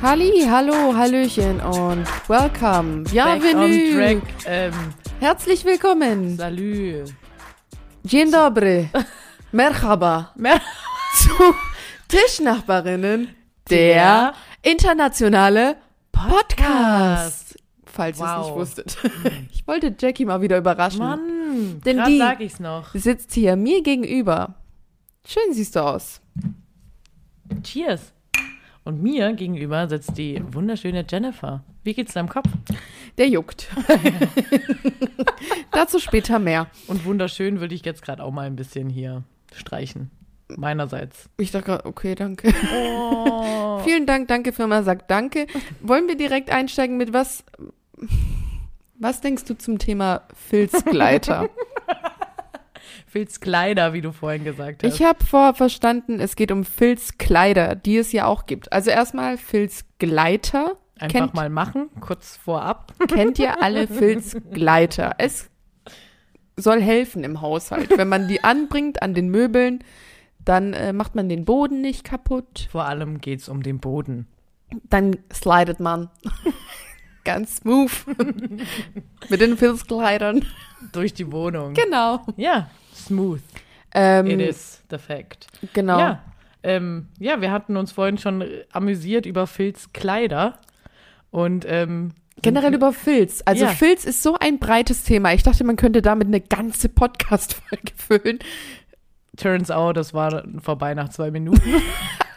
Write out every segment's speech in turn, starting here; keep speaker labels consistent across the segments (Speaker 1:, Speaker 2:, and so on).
Speaker 1: Halli, hallo, hallöchen und welcome. Bienvenue.
Speaker 2: Back on track. Ähm,
Speaker 1: Herzlich willkommen.
Speaker 2: salü.
Speaker 1: Dzień dobry. Merhaba.
Speaker 2: Mer-
Speaker 1: Zu Tischnachbarinnen der
Speaker 2: Der
Speaker 1: internationale Podcast. Falls ihr es
Speaker 2: Wow. Mhm.
Speaker 1: nicht wusstet. Ich wollte Jackie mal wieder überraschen.
Speaker 2: Mann,
Speaker 1: Denn
Speaker 2: Denn
Speaker 1: die-
Speaker 2: sag ich's noch.
Speaker 1: Sitzt hier mir gegenüber. Schön siehst du aus.
Speaker 2: Cheers. Und mir gegenüber sitzt die wunderschöne Jennifer. Wie geht's deinem Kopf?
Speaker 1: Der juckt. Dazu später mehr.
Speaker 2: Und wunderschön würde ich jetzt gerade auch mal ein bisschen hier streichen. Meinerseits.
Speaker 1: Ich dachte gerade, okay, danke.
Speaker 2: Oh.
Speaker 1: Vielen Dank, danke Firma sagt danke. Wollen wir direkt einsteigen mit was? Was denkst du zum Thema Filzgleiter?
Speaker 2: Filz Kleider, wie du vorhin gesagt hast.
Speaker 1: ich habe vorher verstanden, es geht um Filzkleider, die es ja auch gibt. Also erstmal Filzgleiter.
Speaker 2: Einfach
Speaker 1: kennt-
Speaker 2: mal machen, kurz vorab.
Speaker 1: Kennt ihr alle Filzgleiter? Es soll helfen im Haushalt. Wenn man die anbringt an den Möbeln, dann äh, macht man den Boden nicht kaputt.
Speaker 2: Vor allem geht's um den Boden.
Speaker 1: Dann slidet man ganz smooth mit den Filzkleidern.
Speaker 2: Durch die Wohnung.
Speaker 1: Genau.
Speaker 2: Ja, smooth. It
Speaker 1: Ähm,
Speaker 2: is the fact.
Speaker 1: genau.
Speaker 2: Ja. Ähm, ja, wir hatten uns vorhin schon äh, amüsiert über Filz Kleider. Und ähm,
Speaker 1: Generell über Filz. Also
Speaker 2: Ja.
Speaker 1: Filz ist so ein breites Thema. Ich dachte, man könnte damit eine ganze Podcast-Folge füllen.
Speaker 2: turns out, das war vorbei nach zwei Minuten.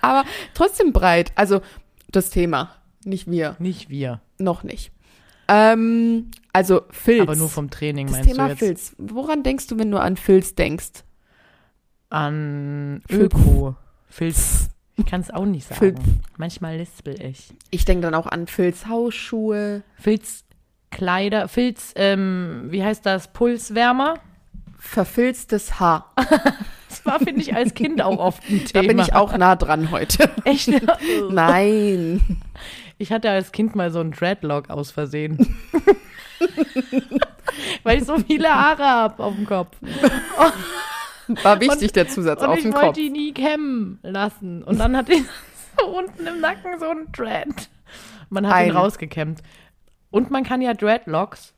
Speaker 1: Aber trotzdem breit. Also das Thema, nicht wir.
Speaker 2: Nicht wir,
Speaker 1: Noch nicht. Ähm, also Filz.
Speaker 2: aber nur vom Training
Speaker 1: das
Speaker 2: meinst
Speaker 1: Thema
Speaker 2: du jetzt
Speaker 1: Filz. Woran denkst du, wenn du an Filz denkst?
Speaker 2: an
Speaker 1: Filz.
Speaker 2: Öko. Filz. Ich kann es auch nicht sagen.
Speaker 1: Filz.
Speaker 2: Manchmal lispel ich.
Speaker 1: Ich denke dann auch an Filzhausschuhe,
Speaker 2: Filz Kleider, Filz, ähm, wie heißt das? Pulswärmer.
Speaker 1: verfilztes Haar.
Speaker 2: Das war, finde ich, als Kind auch oft ein Thema.
Speaker 1: Da bin ich auch nah dran heute.
Speaker 2: echt.
Speaker 1: Nein.
Speaker 2: Ich hatte als Kind mal so einen Dreadlock aus Versehen. Weil ich so viele Haare habe auf dem Kopf.
Speaker 1: War wichtig, der Zusatz
Speaker 2: und
Speaker 1: auf
Speaker 2: ich
Speaker 1: dem
Speaker 2: wollte
Speaker 1: Kopf.
Speaker 2: die nie kämmen lassen. Und dann hatte ich so unten im Nacken so einen Dread. Man hat
Speaker 1: Ein-
Speaker 2: ihn rausgekämmt. Und man kann ja Dreadlocks.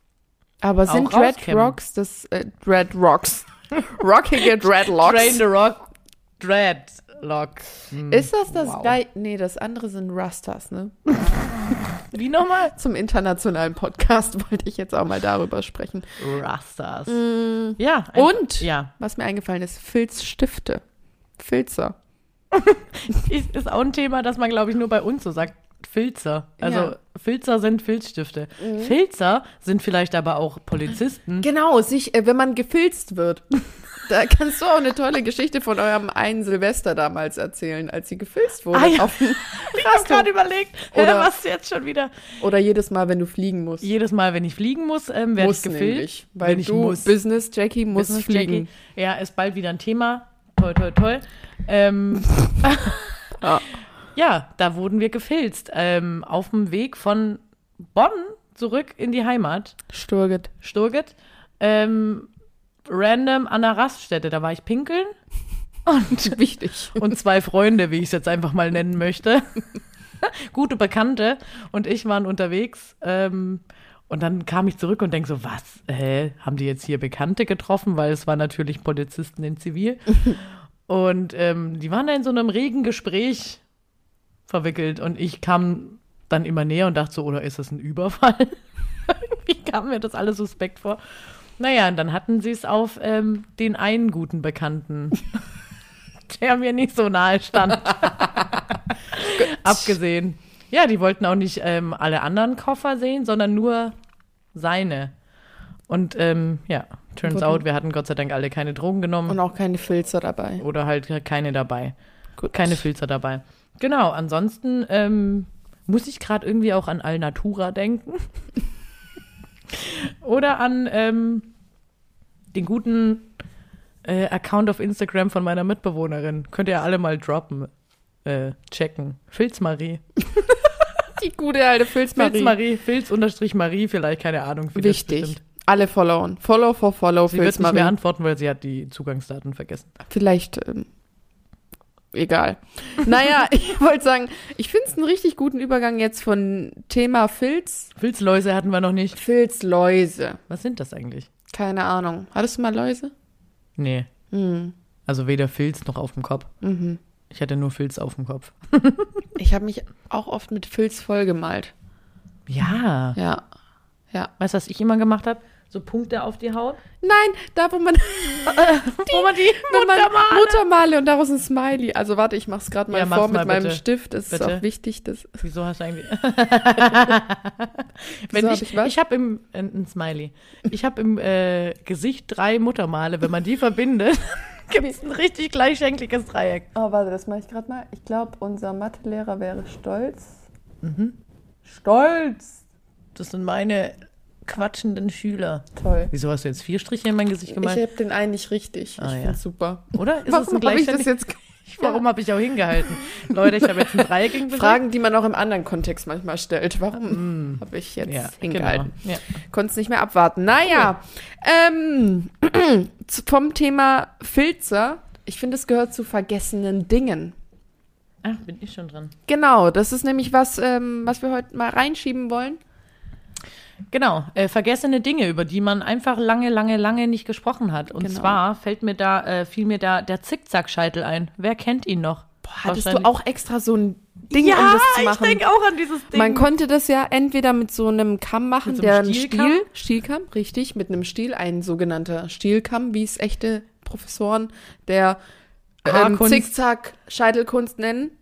Speaker 1: Aber
Speaker 2: auch
Speaker 1: sind
Speaker 2: rauskämmen.
Speaker 1: Dreadrocks das äh, Dreadrocks? Rockige
Speaker 2: Drain
Speaker 1: Dreadlocks.
Speaker 2: the Rock. Dreadlock. Hm,
Speaker 1: Ist das das
Speaker 2: wow.
Speaker 1: gleiche? Nee, das andere sind Rastas, ne?
Speaker 2: Wie nochmal?
Speaker 1: Zum internationalen Podcast wollte ich jetzt auch mal darüber sprechen.
Speaker 2: Rastas. Ja. ein-
Speaker 1: Und
Speaker 2: Ja.
Speaker 1: was mir eingefallen ist, Filzstifte. Filzer.
Speaker 2: Ist, ist auch ein Thema, das man, glaube ich, nur bei uns so sagt. Filzer. Also
Speaker 1: Ja.
Speaker 2: Filzer sind Filzstifte. Filzer sind vielleicht aber auch Polizisten.
Speaker 1: Genau, sich, äh, wenn man gefilzt wird. Da kannst du auch eine tolle Geschichte von eurem einen Silvester damals erzählen, als sie gefilzt wurde.
Speaker 2: Ah, ja.
Speaker 1: auf dem
Speaker 2: Ich habe
Speaker 1: Rasthof.
Speaker 2: gerade überlegt,
Speaker 1: Oder-
Speaker 2: Oder was jetzt schon wieder.
Speaker 1: Oder jedes Mal, wenn du fliegen musst.
Speaker 2: Jedes Mal, wenn ich fliegen muss, ähm, werde ich
Speaker 1: muss
Speaker 2: gefilzt.
Speaker 1: nämlich, weil
Speaker 2: wenn ich
Speaker 1: du
Speaker 2: muss.
Speaker 1: Business Jackie muss
Speaker 2: Business
Speaker 1: fliegen.
Speaker 2: Jackie. Ja, ist bald wieder ein Thema. Toll, toll, toll. Ähm,
Speaker 1: Ja.
Speaker 2: ja, da wurden wir gefilzt. Ähm, auf dem Weg von Bonn zurück in die Heimat.
Speaker 1: Sturget.
Speaker 2: Sturget. Ähm, random an der Raststätte. Da war ich pinkeln
Speaker 1: Und wichtig.
Speaker 2: und zwei Freunde, wie ich es jetzt einfach mal nennen möchte. Gute Bekannte und ich waren unterwegs. Ähm, und dann kam ich zurück und denke so, was, hä, haben die jetzt hier Bekannte getroffen? Weil es waren natürlich Polizisten in Zivil. und ähm, die waren da in so einem regen Gespräch verwickelt. Und ich kam dann immer näher und dachte so, oder ist das ein Überfall? Wie kam mir das alles suspekt vor? Naja, und dann hatten sie es auf ähm, den einen guten Bekannten der mir nicht so nahe stand. Abgesehen. Ja, die wollten auch nicht ähm, alle anderen Koffer sehen, sondern nur seine. Und ähm, ja, turns
Speaker 1: Wurden-
Speaker 2: out, wir hatten Gott sei Dank alle keine Drogen
Speaker 1: Und
Speaker 2: genommen
Speaker 1: auch keine Filzer dabei.
Speaker 2: oder halt keine dabei.
Speaker 1: Gut.
Speaker 2: Keine Filzer dabei. Genau, ansonsten ähm, muss ich gerade irgendwie auch an Alnatura denken. oder an ähm, den guten äh, Account auf Instagram von meiner Mitbewohnerin. Könnt ihr alle mal droppen. Äh, checken. Filzmarie.
Speaker 1: Die gute alte Filzmarie.
Speaker 2: Filzmarie. Filz-Marie vielleicht, keine Ahnung. findet
Speaker 1: Wichtig.
Speaker 2: bestimmt.
Speaker 1: Alle followen. Follow for follow
Speaker 2: Sie wird nicht
Speaker 1: Filzmarie.
Speaker 2: mehr antworten, weil sie hat die Zugangsdaten vergessen.
Speaker 1: Vielleicht ähm, egal. Naja, ich wollte sagen, ich finde es einen richtig guten Übergang jetzt von Thema Filz.
Speaker 2: Filzläuse hatten wir noch nicht.
Speaker 1: Filzläuse.
Speaker 2: Was sind das eigentlich?
Speaker 1: Keine Ahnung. Hattest du mal Läuse?
Speaker 2: Nee.
Speaker 1: Hm.
Speaker 2: Also weder Filz noch auf dem Kopf.
Speaker 1: Mhm.
Speaker 2: Ich hatte nur Filz auf dem Kopf.
Speaker 1: Ich habe mich auch oft mit Filz vollgemalt.
Speaker 2: Ja.
Speaker 1: Ja.
Speaker 2: Weißt du, was ich immer gemacht habe? So Punkte auf die Haut.
Speaker 1: Nein, da wo man,
Speaker 2: Wo man die
Speaker 1: wenn man Muttermale und daraus ein Smiley. Also warte, ich mach's gerade mal
Speaker 2: Ja, mach's
Speaker 1: vor mit
Speaker 2: mal
Speaker 1: meinem
Speaker 2: bitte.
Speaker 1: Stift. Es ist
Speaker 2: Bitte.
Speaker 1: auch wichtig, dass
Speaker 2: Wieso hast du eigentlich.
Speaker 1: Wieso
Speaker 2: wenn
Speaker 1: hab
Speaker 2: ich
Speaker 1: ich
Speaker 2: ich,
Speaker 1: was?
Speaker 2: habe im. Äh, ein Smiley. Ich habe im äh, Gesicht drei Muttermale. Wenn man die verbindet, gibt es ein richtig gleichschenkliges Dreieck.
Speaker 1: Oh, warte, das mache ich gerade mal. Ich glaube, unser Mathelehrer wäre stolz.
Speaker 2: Mhm.
Speaker 1: Stolz!
Speaker 2: Das sind meine quatschenden Schüler.
Speaker 1: Toll.
Speaker 2: Wieso hast du jetzt vier Striche in mein Gesicht
Speaker 1: Ich
Speaker 2: gemalt?
Speaker 1: habe den einen nicht richtig.
Speaker 2: Ah,
Speaker 1: ich
Speaker 2: ja.
Speaker 1: find's super.
Speaker 2: Oder? Ist es ein
Speaker 1: Warum habe ich das
Speaker 2: gleichständig?
Speaker 1: jetzt? ge-
Speaker 2: Warum habe ich auch hingehalten? Leute, ich habe jetzt ein Dreieck hingelegt.
Speaker 1: Fragen, die man auch im anderen Kontext manchmal stellt. Warum habe ich jetzt
Speaker 2: Ja, genau.
Speaker 1: hingehalten?
Speaker 2: Ja.
Speaker 1: Konnte es nicht mehr abwarten. Naja, ähm, zu- vom Thema Filzer. Ich finde, es gehört zu vergessenen Dingen.
Speaker 2: Ach, Ah, bin ich schon dran.
Speaker 1: Genau, das ist nämlich was, ähm, was wir heute mal reinschieben wollen.
Speaker 2: Genau, äh, vergessene Dinge, über die man einfach lange, lange, lange nicht gesprochen hat. Und
Speaker 1: Genau.
Speaker 2: zwar fällt mir da, äh, fiel mir da der Zickzackscheitel ein. Wer kennt ihn noch?
Speaker 1: Hattest du
Speaker 2: Wahrscheinlich-
Speaker 1: auch extra so ein Ding,
Speaker 2: ja,
Speaker 1: um das zu
Speaker 2: ich
Speaker 1: machen?
Speaker 2: denke auch an dieses Ding.
Speaker 1: Man konnte das ja entweder mit so einem Kamm machen,
Speaker 2: Mit so
Speaker 1: der
Speaker 2: einem
Speaker 1: einen
Speaker 2: Stielkamm?
Speaker 1: Stiel, Stielkamm, richtig, mit einem Stiel, ein sogenannter Stielkamm, wie es echte Professoren der ähm,
Speaker 2: Haarkunst.
Speaker 1: Zickzack-Scheitelkunst nennen.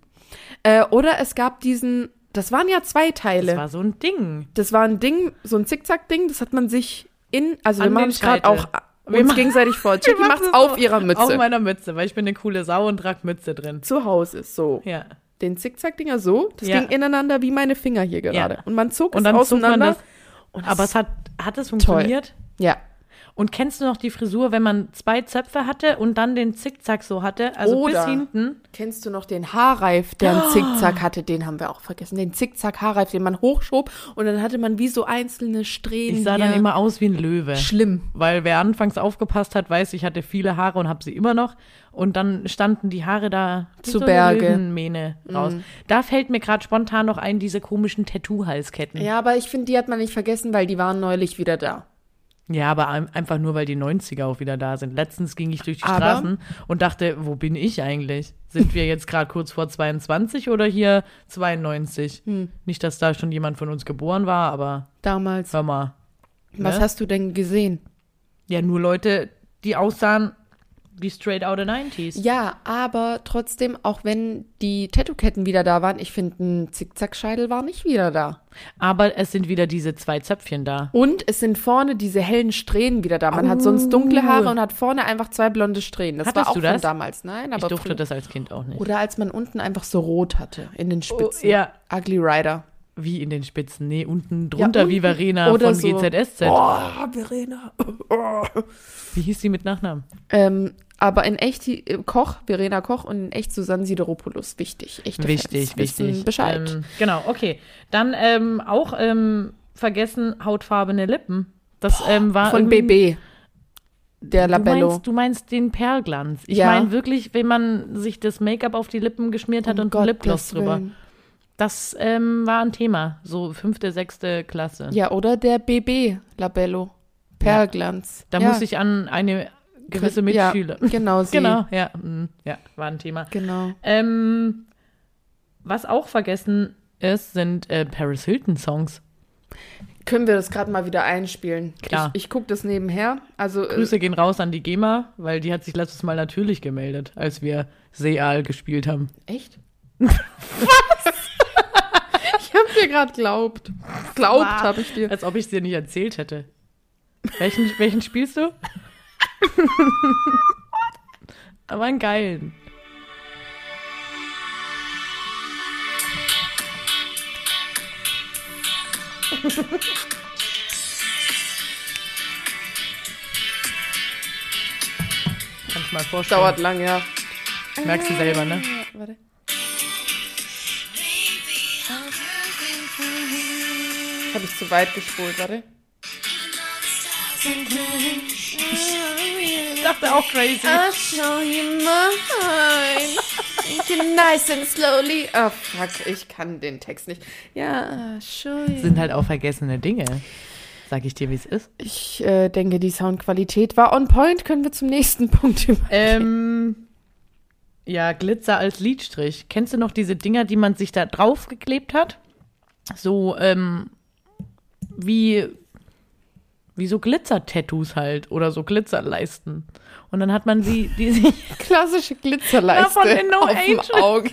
Speaker 1: Äh, oder es gab diesen, das waren ja zwei
Speaker 2: das
Speaker 1: Teile. Das war,
Speaker 2: war so ein Ding.
Speaker 1: ein Ding, so ein Zickzack-Ding, das hat man sich in, also
Speaker 2: An
Speaker 1: wir machen
Speaker 2: den
Speaker 1: es gerade
Speaker 2: Scheitel.
Speaker 1: auch äh,
Speaker 2: Wir
Speaker 1: uns
Speaker 2: machen-
Speaker 1: gegenseitig vor. Chicky
Speaker 2: machen
Speaker 1: macht's
Speaker 2: es
Speaker 1: auf ihrer Mütze.
Speaker 2: Auf meiner Mütze, weil ich bin eine coole Sau und trage Mütze drin.
Speaker 1: zu Hause ist so.
Speaker 2: Ja.
Speaker 1: Den Zickzack-Dinger so, das
Speaker 2: Ja.
Speaker 1: ging ineinander wie meine Finger hier gerade. Und man zog es
Speaker 2: Und dann zog man
Speaker 1: auseinander.
Speaker 2: das-
Speaker 1: und
Speaker 2: Aber es hat, hat es funktioniert?
Speaker 1: Ja.
Speaker 2: Und kennst du noch die Frisur, wenn man zwei Zöpfe hatte und dann den Zickzack so hatte? Also
Speaker 1: Oder-
Speaker 2: bis hinten.
Speaker 1: Kennst du noch den Haarreif, der
Speaker 2: Ah.
Speaker 1: einen Zickzack hatte? Den haben wir auch vergessen. Den Zickzack-Haarreif, den man hochschob und dann hatte man wie so einzelne Strähnen.
Speaker 2: Ich sah
Speaker 1: hier.
Speaker 2: dann immer aus wie ein Löwe.
Speaker 1: schlimm.
Speaker 2: Weil wer anfangs aufgepasst hat, weiß, ich hatte viele Haare und habe sie immer noch. Und dann standen die Haare da wie
Speaker 1: Zu
Speaker 2: so
Speaker 1: Berge.
Speaker 2: Eine Löwenmähne raus. Da fällt mir gerade spontan noch ein, diese komischen Tattoo-Halsketten.
Speaker 1: Ja, aber ich finde, die hat man nicht vergessen, weil die waren neulich wieder da.
Speaker 2: Ja, aber ein- einfach nur, weil die 90er auch wieder da sind. Letztens ging ich durch die
Speaker 1: Aber-
Speaker 2: Straßen und dachte, wo bin ich eigentlich? Sind wir jetzt gerade kurz vor 22 oder hier 92? Nicht, dass da schon jemand von uns geboren war, aber
Speaker 1: Damals.
Speaker 2: hör mal.
Speaker 1: Was hast du denn gesehen?
Speaker 2: Ja, nur Leute, die aussahen wie straight out of 90s.
Speaker 1: Ja, aber trotzdem, auch wenn die Tattoo-Ketten wieder da waren, ich finde, ein Zickzack-Scheitel war nicht wieder da.
Speaker 2: Aber es sind wieder diese zwei Zöpfchen da.
Speaker 1: Und es sind vorne diese hellen Strähnen wieder da. Man hat sonst dunkle Haare und hat vorne einfach zwei blonde Strähnen. Das
Speaker 2: Oh. Hattest
Speaker 1: war auch
Speaker 2: du das?
Speaker 1: von damals. Nein,
Speaker 2: Ich
Speaker 1: aber
Speaker 2: durfte
Speaker 1: früher-
Speaker 2: das als Kind auch nicht.
Speaker 1: Oder als man unten einfach so rot hatte in den Spitzen.
Speaker 2: Oh, ja.
Speaker 1: Ugly Rider.
Speaker 2: Wie in den Spitzen. Nee, unten drunter wie
Speaker 1: unten.
Speaker 2: Verena
Speaker 1: Oder
Speaker 2: von
Speaker 1: so.
Speaker 2: GZSZ.
Speaker 1: Oh, Verena.
Speaker 2: Wie hieß die mit Nachnamen?
Speaker 1: Ähm, aber in echt die- äh, Koch, Verena Koch und in echt Susanne Sideropoulos. Wichtig. Echte
Speaker 2: Wichtig,
Speaker 1: Fans wissen
Speaker 2: wichtig.
Speaker 1: Bescheid.
Speaker 2: Ähm, genau, okay. Dann ähm, auch ähm, vergessen hautfarbene Lippen. Das ähm, war
Speaker 1: Von
Speaker 2: irgendwie-
Speaker 1: BB. Der
Speaker 2: Du
Speaker 1: Labello.
Speaker 2: meinst, du meinst den Perlglanz. Ich
Speaker 1: Ja.
Speaker 2: meine wirklich, wenn man sich das Make-up auf die Lippen geschmiert hat
Speaker 1: Um
Speaker 2: und einen
Speaker 1: Gottes
Speaker 2: Lipgloss drüber.
Speaker 1: Willen.
Speaker 2: Das ähm, war ein Thema. So fünfte, sechste Klasse.
Speaker 1: Ja, oder der BB Labello. Perlglanz.
Speaker 2: Da
Speaker 1: ja.
Speaker 2: muss ich an eine gewisse
Speaker 1: Ja,
Speaker 2: Mitschüler.
Speaker 1: genau, sie.
Speaker 2: Genau, ja, mm, ja, war ein Thema.
Speaker 1: Genau.
Speaker 2: Ähm, was auch vergessen ist, sind äh, Paris Hilton Songs.
Speaker 1: Können wir das gerade mal wieder einspielen?
Speaker 2: Klar.
Speaker 1: Ich, ich gucke das nebenher. Also, äh,
Speaker 2: Grüße gehen raus an die GEMA, weil die hat sich letztes Mal natürlich gemeldet, als wir Seal gespielt haben.
Speaker 1: Echt? Was? ich hab dir gerade glaubt. Glaubt
Speaker 2: Wow.
Speaker 1: habe ich dir.
Speaker 2: Als ob ich es dir nicht erzählt hätte. Welchen, welchen spielst du? Aber einen geilen. Kannst du mal vorstellen.
Speaker 1: Dauert lang, ja.
Speaker 2: Merkst du selber, ne?
Speaker 1: Warte. Habe ich zu weit gespult, warte.
Speaker 2: Ich dachte auch crazy.
Speaker 1: Ah. I'll show you mine. nice and slowly. Oh fuck, ich kann den Text nicht. Ja, schön.
Speaker 2: Sind halt auch vergessene Dinge. Sag ich dir, wie es ist.
Speaker 1: Ich äh, denke, die Soundqualität war on point. Können wir zum nächsten Punkt über.
Speaker 2: Ähm, ja, Glitzer als Lidstrich. Kennst du noch diese Dinger, die man sich da draufgeklebt hat? So, ähm, wie, wie so Glitzer-Tattoos halt oder so Glitzerleisten. Und dann hat man sie, die sich
Speaker 1: Klassische Glitzerleiste
Speaker 2: Na, von den Äh. No
Speaker 1: auf dem
Speaker 2: Angels.
Speaker 1: Auge.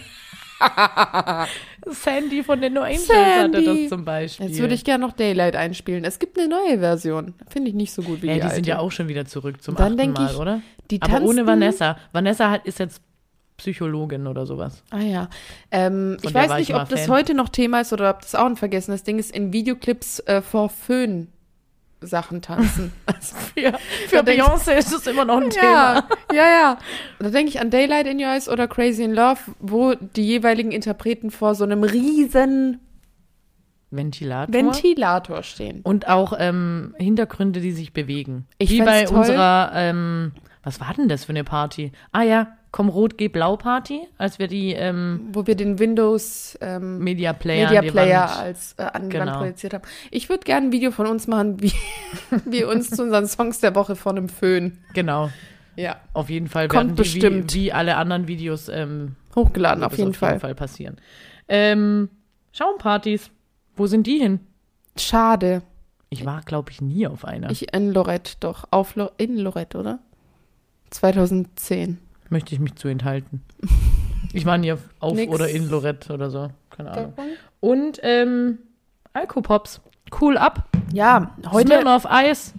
Speaker 2: Sandy von den No Angels hatte
Speaker 1: Sandy.
Speaker 2: das zum Beispiel.
Speaker 1: Jetzt würde ich gerne noch Daylight einspielen. Es gibt eine neue Version. Finde ich nicht so gut wie
Speaker 2: ja,
Speaker 1: die,
Speaker 2: die
Speaker 1: alte.
Speaker 2: sind ja auch schon wieder zurück zum
Speaker 1: Dann
Speaker 2: achten
Speaker 1: denk
Speaker 2: Mal,
Speaker 1: ich,
Speaker 2: oder?
Speaker 1: die
Speaker 2: Aber ohne
Speaker 1: tanzten-
Speaker 2: Vanessa. Vanessa hat, ist jetzt Psychologin oder sowas.
Speaker 1: Ah ja. Ähm, ich
Speaker 2: der
Speaker 1: weiß
Speaker 2: war ich
Speaker 1: nicht,
Speaker 2: immer
Speaker 1: ob das
Speaker 2: Fan.
Speaker 1: heute noch Thema ist oder ob das auch ein vergessenes Ding ist, in Videoclips äh, vor Föhn Sachen tanzen. also,
Speaker 2: Ja,
Speaker 1: für
Speaker 2: ist es immer noch ein
Speaker 1: ja, ja, ja. Da denke ich an Daylight in Your Eyes oder Crazy in Love, wo die jeweiligen Interpreten vor so einem riesen
Speaker 2: Ventilator.
Speaker 1: Ventilator stehen.
Speaker 2: und auch ähm, Hintergründe, die sich bewegen.
Speaker 1: Ich
Speaker 2: Wie
Speaker 1: fänd's
Speaker 2: bei
Speaker 1: toll.
Speaker 2: unserer, ähm, was war denn das für eine Party? Ah ja, komm rot, geh blau Party, als wir die ähm,
Speaker 1: Wo wir den Windows ähm,
Speaker 2: Media Player,
Speaker 1: Media
Speaker 2: an die
Speaker 1: Player
Speaker 2: Wand-
Speaker 1: als äh, an die
Speaker 2: Genau.
Speaker 1: Wand projiziert haben. Ich würde gerne ein Video von uns machen, wie wir uns zu unseren Songs der Woche vor einem Föhn
Speaker 2: Genau,
Speaker 1: ja,
Speaker 2: auf jeden Fall
Speaker 1: Kommt
Speaker 2: werden die
Speaker 1: bestimmt.
Speaker 2: Wie, wie alle anderen Videos ähm,
Speaker 1: hochgeladen,
Speaker 2: wird
Speaker 1: auf
Speaker 2: es
Speaker 1: jeden, Fall.
Speaker 2: passieren. Ähm, Schaumpartys, wo sind die hin?
Speaker 1: Schade.
Speaker 2: Ich war, glaube ich, nie auf einer.
Speaker 1: Ich in Lorette doch. Auf Lo in Lorette, oder? 2010.
Speaker 2: Möchte ich mich zu enthalten. Ich war nie auf, auf
Speaker 1: Nix.
Speaker 2: oder in Lorette oder so. Keine Ahnung. Und ähm, Alkopops. Cool ab.
Speaker 1: Ja,
Speaker 2: Heute
Speaker 1: heute.
Speaker 2: auf Eis.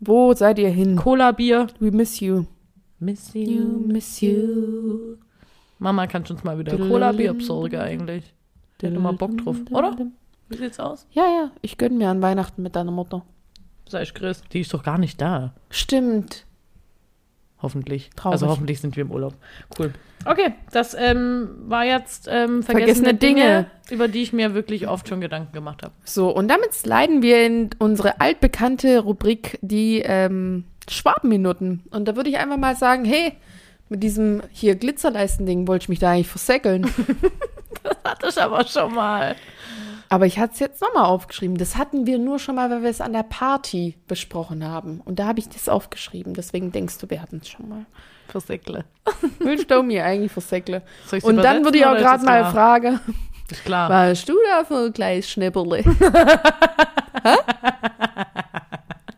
Speaker 1: Wo seid ihr hin?
Speaker 2: Cola Bier.
Speaker 1: We miss you.
Speaker 2: Miss
Speaker 1: You miss you.
Speaker 2: Mama, kannst du uns mal wieder
Speaker 1: Dü-
Speaker 2: Cola Bier besorgen eigentlich? Der hätte mal Bock drauf, oder? Wie sieht's aus?
Speaker 1: Ja, ja, ich gönn mir an Weihnachten mit deiner Mutter.
Speaker 2: Sei ich Chris. Die ist doch gar nicht da.
Speaker 1: Stimmt.
Speaker 2: Hoffentlich.
Speaker 1: Traurig.
Speaker 2: Also hoffentlich sind wir im Urlaub. Cool. Okay, das ähm, war jetzt ähm, vergessene,
Speaker 1: Vergessene
Speaker 2: Dinge,
Speaker 1: Dinge.
Speaker 2: über die ich mir wirklich oft schon Gedanken gemacht habe.
Speaker 1: So, und damit sliden wir in unsere altbekannte Rubrik, die ähm, Schwabenminuten. Und da würde ich einfach mal sagen, hey, mit diesem hier Glitzerleisten-Ding wollte ich mich da eigentlich versäckeln.
Speaker 2: Hatte ich aber schon mal.
Speaker 1: Aber ich hatte es jetzt nochmal aufgeschrieben. Das hatten wir nur schon mal, weil wir es an der Party besprochen haben. Und da habe ich das aufgeschrieben. Deswegen denkst du, wir hatten es schon mal.
Speaker 2: Versäckle.
Speaker 1: Willst du mir eigentlich versäckle?
Speaker 2: Soll ich's
Speaker 1: Und dann
Speaker 2: übersetzen
Speaker 1: würde ich auch
Speaker 2: oder ist
Speaker 1: gerade
Speaker 2: es
Speaker 1: mal
Speaker 2: klar?
Speaker 1: fragen,
Speaker 2: Ist klar.
Speaker 1: was du da für ein kleines Schnipperle? Hä?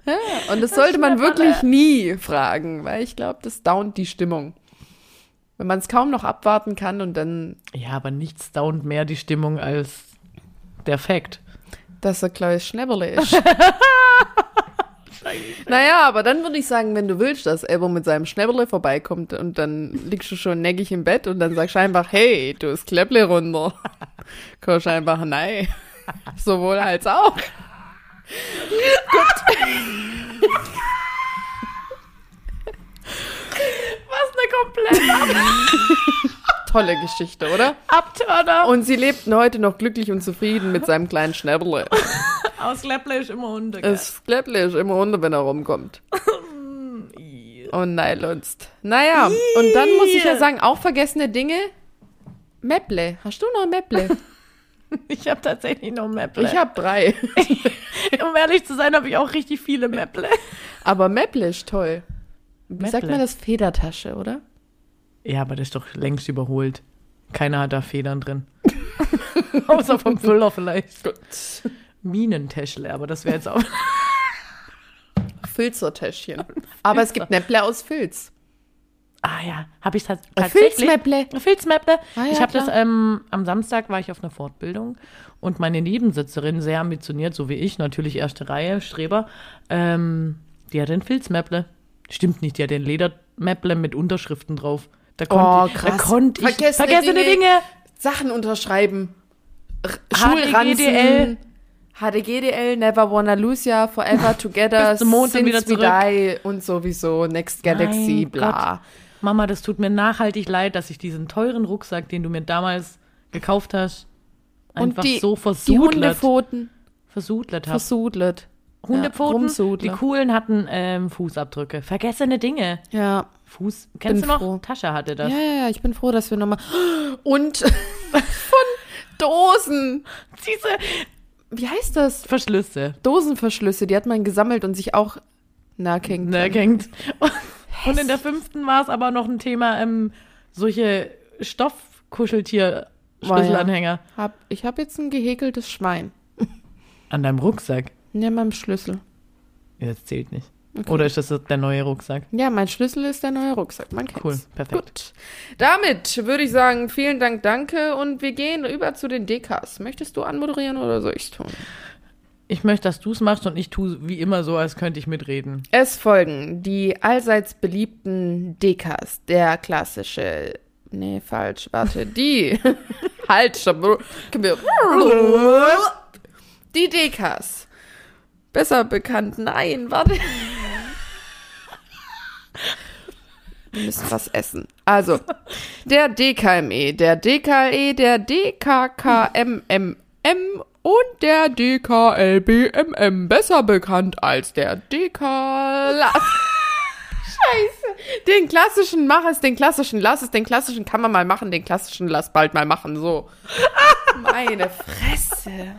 Speaker 1: Ja, Und das sollte man wirklich nie fragen, weil ich glaube, das downt die Stimmung. Wenn man es kaum noch abwarten kann und dann,
Speaker 2: Ja, aber nichts downt mehr die Stimmung als der Fact.
Speaker 1: dass er Klaus Schnäberle ist. naja, aber dann würde ich sagen, wenn du willst, dass Elbo mit seinem Schnäberle vorbeikommt und dann liegst du schon neckig im Bett und dann sagst du einfach, hey, du ist Klepple runter. Kommst einfach, nein. Sowohl als auch.
Speaker 2: Was eine komplett
Speaker 1: Tolle Geschichte, oder?
Speaker 2: Abturner.
Speaker 1: Und sie lebten heute noch glücklich und zufrieden mit seinem kleinen Schnäberle.
Speaker 2: Aus Lepple ist immer unter. gell?
Speaker 1: Das Klepple ist immer runter, wenn er rumkommt. Und Nylonst. Naja, und dann muss ich ja sagen, auch vergessene Dinge. Mäpple. Hast du noch ein Mäpple?
Speaker 2: Ich habe tatsächlich noch Maple.
Speaker 1: Ich habe drei.
Speaker 2: um ehrlich zu sein, habe ich auch richtig viele Maple.
Speaker 1: Aber Mäpple ist toll. Wie sagt
Speaker 2: Mäpple.
Speaker 1: man das? Federtasche, oder?
Speaker 2: Ja, aber das ist doch längst überholt. Keiner hat da Federn drin. Außer vom Füller vielleicht.
Speaker 1: Gut.
Speaker 2: Minentäschle, aber das wäre jetzt auch.
Speaker 1: Filzertäschchen. Aber es gibt Mäpple aus Filz.
Speaker 2: Ah ja, habe ich tats
Speaker 1: Ein
Speaker 2: tatsächlich.
Speaker 1: Filzmäpple.
Speaker 2: Filzmäpple.
Speaker 1: Ah ja,
Speaker 2: ich habe das
Speaker 1: klar.
Speaker 2: ähm, am Samstag war ich auf einer Fortbildung und meine Nebensitzerin, sehr ambitioniert, so wie ich, natürlich erste Reihe, Streber, ähm, die hat ein Filzmäpple. Stimmt nicht, die hat den Ledermäpple mit Unterschriften drauf. Da konnte,
Speaker 1: Oh,
Speaker 2: ich- Da
Speaker 1: krass.
Speaker 2: konnte ich
Speaker 1: Vergessene
Speaker 2: vergessene
Speaker 1: Dinge.
Speaker 2: Dinge.
Speaker 1: Sachen unterschreiben. R
Speaker 2: HDGDL.
Speaker 1: Schulranzen. HDGDL, Never Wanna Lose Ya, Forever Together,
Speaker 2: Bis zum Mond und
Speaker 1: Since
Speaker 2: wieder
Speaker 1: We
Speaker 2: zurück.
Speaker 1: Die und sowieso, Next Galaxy,
Speaker 2: Mein
Speaker 1: bla.
Speaker 2: Gott. Mama, das tut mir nachhaltig leid, dass ich diesen teuren Rucksack, den du mir damals gekauft hast, einfach so
Speaker 1: die
Speaker 2: versudelt,
Speaker 1: Hundepfoten
Speaker 2: versudelt habe.
Speaker 1: versudelt.
Speaker 2: Hundepfoten.
Speaker 1: Rumsudler.
Speaker 2: die coolen hatten ähm, Fußabdrücke. Vergessene Dinge.
Speaker 1: Ja.
Speaker 2: Fuß.
Speaker 1: Bin
Speaker 2: Kennst du noch?
Speaker 1: froh.
Speaker 2: Tascha hatte
Speaker 1: ja,
Speaker 2: das.
Speaker 1: ja, ja, ich bin froh, dass wir nochmal. Und von Dosen.
Speaker 2: Diese
Speaker 1: Wie heißt das?
Speaker 2: Verschlüsse.
Speaker 1: Dosenverschlüsse, die hat man gesammelt und sich auch nahgehängt.
Speaker 2: Ne, gängt. Und in der fünften war es aber noch ein Thema, ähm, solche Stoffkuscheltier-Schlüsselanhänger.
Speaker 1: Hab, ich habe jetzt ein gehäkeltes Schwein.
Speaker 2: An deinem Rucksack.
Speaker 1: Ja, meinem Schlüssel.
Speaker 2: Ja, das zählt nicht. Oder ist das der neue Rucksack?
Speaker 1: Ja, mein Schlüssel ist der neue Rucksack. Man kennt's.
Speaker 2: Cool, perfekt.
Speaker 1: Gut. Damit würde ich sagen, vielen Dank, danke. Und wir gehen über zu den DKs. Möchtest du anmoderieren oder soll ich tun?
Speaker 2: Ich möchte, dass du es machst und ich tue wie immer so, als könnte ich mitreden.
Speaker 1: Es folgen die allseits beliebten Dekas, der klassische. Nee, falsch, warte, die. halt, stopp. Gib mir-
Speaker 2: Oh.
Speaker 1: Die Dekas. Besser bekannt, nein, warte. Wir müssen was essen. Also, der DKME, E, der DKE, der DKKMMM und der DKLBMM, besser bekannt als der DK... Scheiße. Den klassischen mach es, den klassischen lass es, den klassischen kann man mal machen, den klassischen lass bald mal machen, so. Meine Fresse.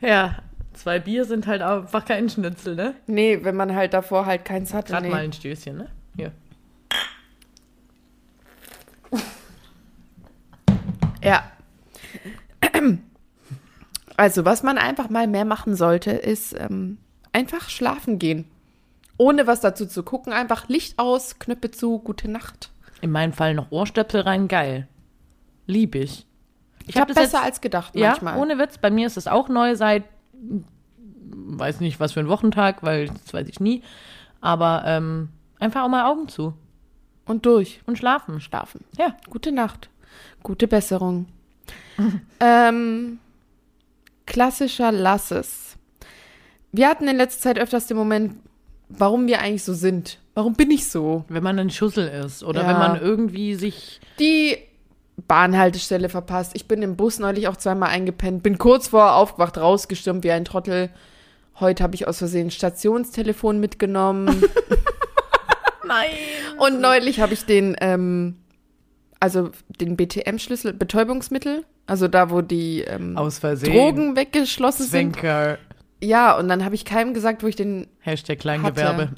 Speaker 2: Ja, zwei Bier sind halt einfach kein Schnitzel, ne?
Speaker 1: Nee, wenn man halt davor halt keins hatte.
Speaker 2: Gerade
Speaker 1: Nee.
Speaker 2: mal ein Stößchen, ne? Hier.
Speaker 1: Ja. Also, was man einfach mal mehr machen sollte, ist ähm, einfach schlafen gehen. Ohne was dazu zu gucken. Einfach Licht aus, Knöpfe zu, gute Nacht.
Speaker 2: In meinem Fall noch Ohrstöpsel rein, geil. Lieb ich.
Speaker 1: Ich habe
Speaker 2: das
Speaker 1: besser
Speaker 2: jetzt-
Speaker 1: als gedacht
Speaker 2: Ja,
Speaker 1: manchmal.
Speaker 2: ohne Witz. Bei mir ist es auch neu seit, hm, weiß nicht was für ein Wochentag, weil das weiß ich nie. Aber ähm, einfach auch mal Augen zu
Speaker 1: Und durch.
Speaker 2: und schlafen.
Speaker 1: Schlafen.
Speaker 2: Ja,
Speaker 1: Gute Nacht. Gute Besserung. ähm, klassischer Lasses. Wir hatten in letzter Zeit öfters den Moment, warum wir eigentlich so sind. Warum bin ich so?
Speaker 2: wenn man ein Schussel ist oder
Speaker 1: Ja.
Speaker 2: wenn man irgendwie sich
Speaker 1: die Bahnhaltestelle verpasst. Ich bin im Bus neulich auch zweimal eingepennt, bin kurz vor aufgewacht, rausgestürmt wie ein Trottel. Heute habe ich aus Versehen Stationstelefon mitgenommen.
Speaker 2: Nein.
Speaker 1: Und neulich habe ich den, ähm, also den BTM-Schlüssel, Betäubungsmittel, also da, wo die ähm,
Speaker 2: aus Versehen
Speaker 1: Drogen weggeschlossen sind.
Speaker 2: Zwinker.
Speaker 1: Ja, und dann habe ich keinem gesagt, wo ich den
Speaker 2: Hashtag Kleingewerbe.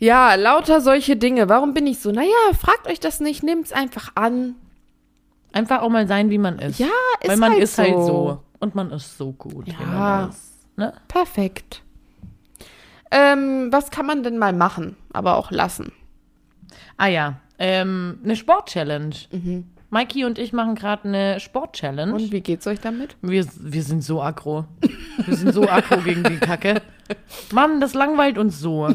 Speaker 1: Ja, lauter solche Dinge. Warum bin ich so? Naja, fragt euch das nicht, nehmt's einfach an.
Speaker 2: Einfach auch mal sein, wie man ist.
Speaker 1: Ja, ist
Speaker 2: Weil man
Speaker 1: halt
Speaker 2: ist halt
Speaker 1: so.
Speaker 2: so. Und man ist so gut. wie
Speaker 1: Ja.
Speaker 2: man ist. Ne?
Speaker 1: Perfekt. Ähm, was kann man denn mal machen, aber auch lassen?
Speaker 2: Ah ja, ähm, eine Sportchallenge. Mikey und ich machen gerade eine Sportchallenge.
Speaker 1: Und wie geht's euch damit?
Speaker 2: Wir, wir sind so aggro. Wir sind so aggro gegen die Kacke. Mann, das langweilt uns so.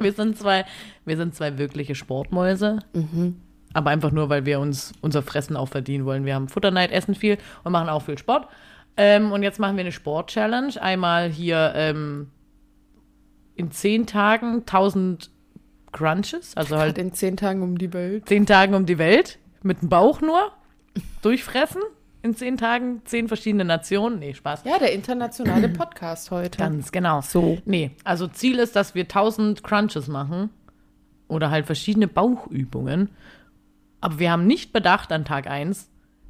Speaker 2: wir, sind zwei, wir sind zwei wirkliche Sportmäuse. Aber einfach nur, weil wir uns unser Fressen auch verdienen wollen. Wir haben Futterneid, essen viel und machen auch viel Sport. Ähm, und jetzt machen wir eine Sport-Challenge. Einmal hier ähm, in zehn Tagen 1000 Crunches, also halt
Speaker 1: In zehn Tagen um die Welt.
Speaker 2: zehn Tagen um die Welt, mit dem Bauch nur, durchfressen in zehn Tagen, zehn verschiedene Nationen. Nee, Spaß.
Speaker 1: Ja, der internationale Podcast heute.
Speaker 2: Ganz genau.
Speaker 1: So.
Speaker 2: Nee, also Ziel ist, dass wir 1000 Crunches machen oder halt verschiedene Bauchübungen. Aber wir haben nicht bedacht an Tag 1,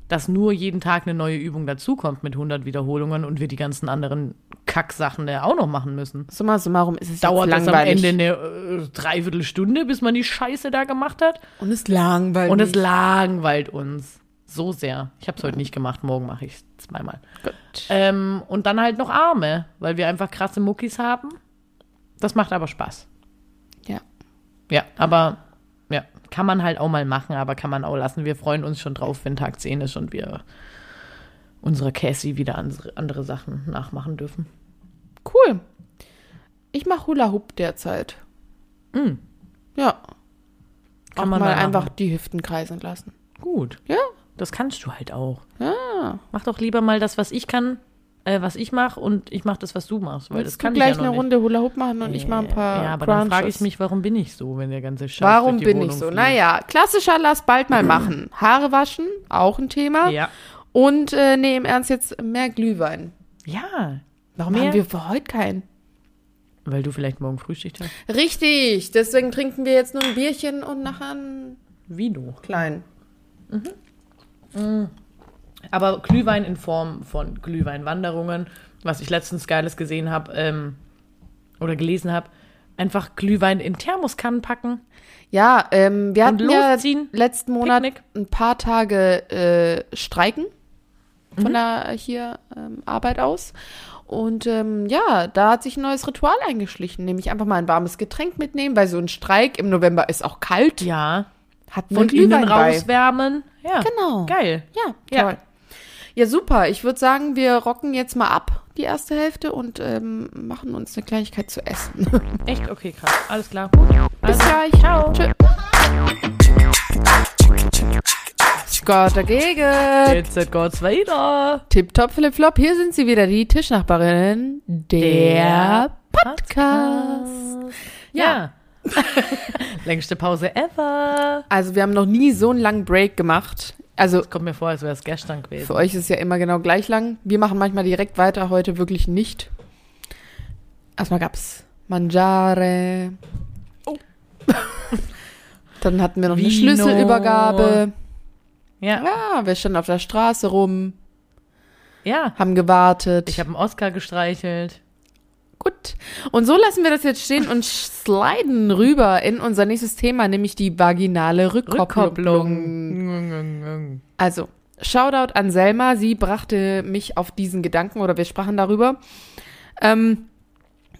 Speaker 2: dass nur jeden Tag eine neue Übung dazukommt mit 100 Wiederholungen und wir die ganzen anderen Kacksachen da auch noch machen müssen.
Speaker 1: Summa summarum ist es
Speaker 2: Dauert
Speaker 1: jetzt
Speaker 2: das am
Speaker 1: langweilig.
Speaker 2: Ende eine äh, Dreiviertelstunde, bis man die Scheiße da gemacht hat?
Speaker 1: Und es langweilig.
Speaker 2: Und es langweilt uns so sehr. Ich habe es heute nicht gemacht, morgen mache ich es zweimal.
Speaker 1: Gut.
Speaker 2: Ähm, und dann halt noch Arme, weil wir einfach krasse Muckis haben. Das macht aber Spaß.
Speaker 1: Ja.
Speaker 2: Ja, aber ja, kann man halt auch mal machen, aber kann man auch lassen. Wir freuen uns schon drauf, wenn Tag 10 ist und wir unserer Cassie wieder ans- andere Sachen nachmachen dürfen.
Speaker 1: Cool. Ich mache Hula Hoop derzeit. Ja.
Speaker 2: Hm. Kann
Speaker 1: Auch
Speaker 2: man
Speaker 1: mal
Speaker 2: mal machen.
Speaker 1: einfach die Hüften kreisen lassen.
Speaker 2: Gut.
Speaker 1: Ja.
Speaker 2: Das kannst du halt auch. Mach doch lieber mal das, was ich kann, äh, was ich mache und ich mache das, was du machst, weil
Speaker 1: Willst
Speaker 2: das kann
Speaker 1: du gleich
Speaker 2: ich ja noch
Speaker 1: eine
Speaker 2: nicht.
Speaker 1: Runde Hula Hoop machen und ich mache ein paar
Speaker 2: Ja, aber
Speaker 1: Crunches.
Speaker 2: dann frage ich mich, warum bin ich so, wenn der ganze Scheiß
Speaker 1: Warum
Speaker 2: durch die
Speaker 1: bin ich
Speaker 2: Wohnung
Speaker 1: so?
Speaker 2: fliegt?
Speaker 1: Naja, klassischer Lass bald mal machen. Haare waschen, auch ein Thema.
Speaker 2: Ja.
Speaker 1: Und äh, nee, im Ernst jetzt mehr Glühwein.
Speaker 2: Ja.
Speaker 1: Warum
Speaker 2: Mehr?
Speaker 1: haben wir für heute keinen?
Speaker 2: Weil du vielleicht morgen Frühschicht hast.
Speaker 1: Richtig, deswegen trinken wir jetzt nur ein Bierchen und nachher einen
Speaker 2: Vino.
Speaker 1: kleinen.
Speaker 2: Aber Glühwein in Form von Glühweinwanderungen, was ich letztens Geiles gesehen habe ähm, oder gelesen habe, einfach Glühwein in Thermoskannen packen.
Speaker 1: Ja, ähm, wir
Speaker 2: Und
Speaker 1: hatten ja
Speaker 2: losziehen.
Speaker 1: letzten Monat
Speaker 2: Picknick.
Speaker 1: ein paar Tage äh, streiken von
Speaker 2: Mhm.
Speaker 1: der hier ähm, Arbeit aus. Und ähm, ja, da hat sich ein neues Ritual eingeschlichen, nämlich einfach mal ein warmes Getränk mitnehmen, weil so ein Streik im November ist auch kalt.
Speaker 2: Ja.
Speaker 1: Hat man
Speaker 2: Und innen
Speaker 1: Glühwein bei.
Speaker 2: rauswärmen. Ja.
Speaker 1: Genau.
Speaker 2: Geil.
Speaker 1: Ja,
Speaker 2: Ja.
Speaker 1: toll. Ja. super. Ich würde sagen, wir rocken jetzt mal ab, die erste Hälfte, und ähm, machen uns eine Kleinigkeit zu essen.
Speaker 2: Echt? Okay, krass. Alles klar. Gut.
Speaker 1: Bis
Speaker 2: Also,
Speaker 1: gleich.
Speaker 2: Ciao.
Speaker 1: Tschö. Scott dagegen.
Speaker 2: Jetzt geht's weiter.
Speaker 1: Tipptopp, Flip Flop. Hier sind sie wieder, die Tischnachbarinnen. Der Podcast.
Speaker 2: Ja. Längste Pause ever.
Speaker 1: Also, wir haben noch nie so einen langen Break gemacht. Also,
Speaker 2: Kommt mir vor, als wäre es gestern gewesen.
Speaker 1: für euch ist es ja immer genau gleich lang. Wir machen manchmal direkt weiter, heute wirklich nicht. Erstmal gab's Mangiare.
Speaker 2: Oh.
Speaker 1: Dann hatten wir noch eine
Speaker 2: Vino.
Speaker 1: Schlüsselübergabe.
Speaker 2: Ja.
Speaker 1: Ja, wir standen auf der Straße rum,
Speaker 2: Ja.
Speaker 1: haben gewartet.
Speaker 2: Ich habe einen Oscar gestreichelt.
Speaker 1: Gut. Und so lassen wir das jetzt stehen und sliden rüber in unser nächstes Thema, nämlich die vaginale Rückkopplung.
Speaker 2: Rückkopplung.
Speaker 1: Also, Shoutout an Selma, sie brachte mich auf diesen Gedanken oder wir sprachen darüber. Ähm,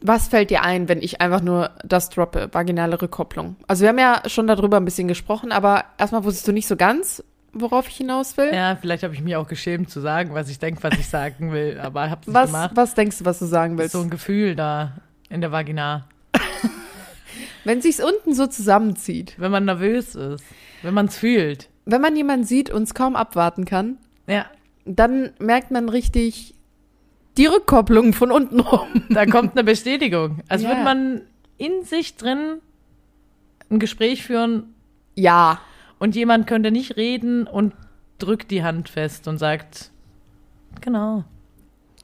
Speaker 1: was fällt dir ein, wenn ich einfach nur das droppe, vaginale Rückkopplung? Also wir haben ja schon darüber ein bisschen gesprochen, aber erstmal wusstest du nicht so ganz, worauf ich hinaus will.
Speaker 2: Ja, vielleicht habe ich mich auch geschämt zu sagen, was ich denke, was ich sagen will, aber hab's
Speaker 1: was,
Speaker 2: gemacht.
Speaker 1: was denkst du, was du sagen willst?
Speaker 2: So ein Gefühl da in der Vagina,
Speaker 1: Wenn sich's unten so zusammenzieht,
Speaker 2: wenn man nervös ist, wenn man's fühlt.
Speaker 1: wenn man jemanden sieht und es kaum abwarten kann,
Speaker 2: Ja,
Speaker 1: dann merkt man richtig die Rückkopplung von unten rum.
Speaker 2: da kommt eine Bestätigung. Als
Speaker 1: Ja.
Speaker 2: würde man in sich drin ein Gespräch führen
Speaker 1: Ja.
Speaker 2: und jemand könnte nicht reden und drückt die Hand fest und sagt, genau.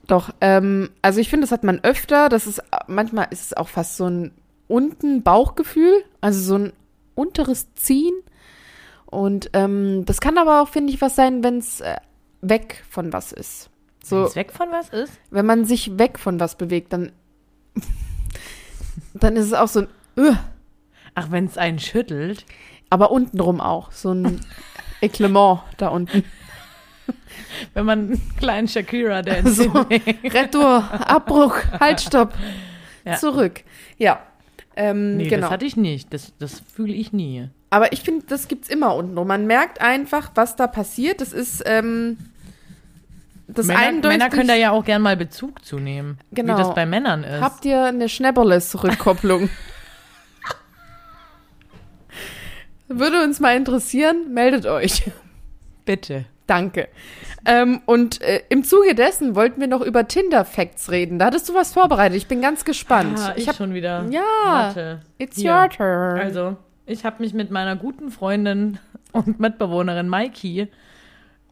Speaker 1: Doch, ähm, also ich finde, das hat man öfter. Das ist manchmal ist es auch fast so ein unten Bauchgefühl, also so ein unteres Ziehen. Und ähm, das kann aber auch, finde ich, was sein, wenn es äh, weg von was ist.
Speaker 2: So.
Speaker 1: So,
Speaker 2: Wenn's weg von was ist?
Speaker 1: wenn man sich weg von was bewegt, dann, dann ist es auch so ein, Ugh,
Speaker 2: Ach, wenn's einen schüttelt.
Speaker 1: aber untenrum auch, so ein Eklement da unten.
Speaker 2: Wenn man einen kleinen Shakira dance
Speaker 1: So. Retour, Abbruch, Halt, Stopp,
Speaker 2: Ja.
Speaker 1: zurück. Ja, ähm,
Speaker 2: Nee,
Speaker 1: genau.
Speaker 2: das hatte ich nicht. Das, das fühle ich nie.
Speaker 1: Aber ich finde, das gibt's immer untenrum. Man merkt einfach, was da passiert. Das ist ähm, das
Speaker 2: Männer,
Speaker 1: eindeutig.
Speaker 2: Männer können da ja auch gern mal Bezug zu nehmen,
Speaker 1: Genau.
Speaker 2: wie das bei Männern ist.
Speaker 1: Habt ihr eine Schnäpperles-Rückkopplung? Würde uns mal interessieren. Meldet euch.
Speaker 2: Bitte.
Speaker 1: Danke. Ähm, und äh, im Zuge dessen wollten wir noch über Tinder-Facts reden. Da hattest du was vorbereitet. Ich bin ganz gespannt.
Speaker 2: Ah, ich,
Speaker 1: hab-
Speaker 2: schon wieder.
Speaker 1: Ja,
Speaker 2: Warte.
Speaker 1: it's
Speaker 2: Hier.
Speaker 1: your turn.
Speaker 2: Also, ich habe mich mit meiner guten Freundin und Mitbewohnerin Maiki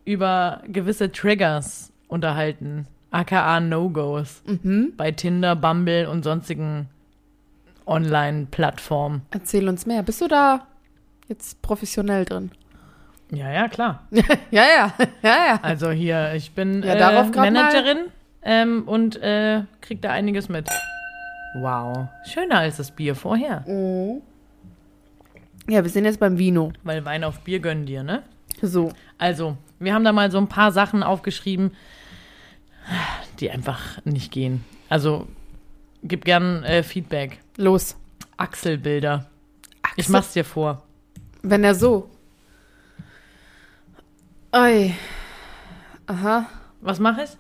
Speaker 2: über gewisse Triggers unterhalten, aka No-Gos,
Speaker 1: Mhm.
Speaker 2: bei Tinder, Bumble und sonstigen Online-Plattformen.
Speaker 1: Erzähl uns mehr. Bist du da jetzt professionell drin?
Speaker 2: Ja, ja, klar.
Speaker 1: Ja, ja, ja, ja.
Speaker 2: Also hier, ich bin
Speaker 1: Ja,
Speaker 2: äh,
Speaker 1: darauf grad
Speaker 2: Managerin ähm, und äh, krieg da einiges mit. Wow, schöner als das Bier vorher.
Speaker 1: Ja, wir sind jetzt beim Vino.
Speaker 2: Weil Wein auf Bier gönnen dir, ne?
Speaker 1: So.
Speaker 2: Also, wir haben da mal so ein paar Sachen aufgeschrieben, die einfach nicht gehen. Also, gib gern äh, Feedback.
Speaker 1: Los.
Speaker 2: Achselbilder. Ich
Speaker 1: Axel-
Speaker 2: mach's dir vor.
Speaker 1: Wenn er so. Ei. Aha.
Speaker 2: Was mach ich?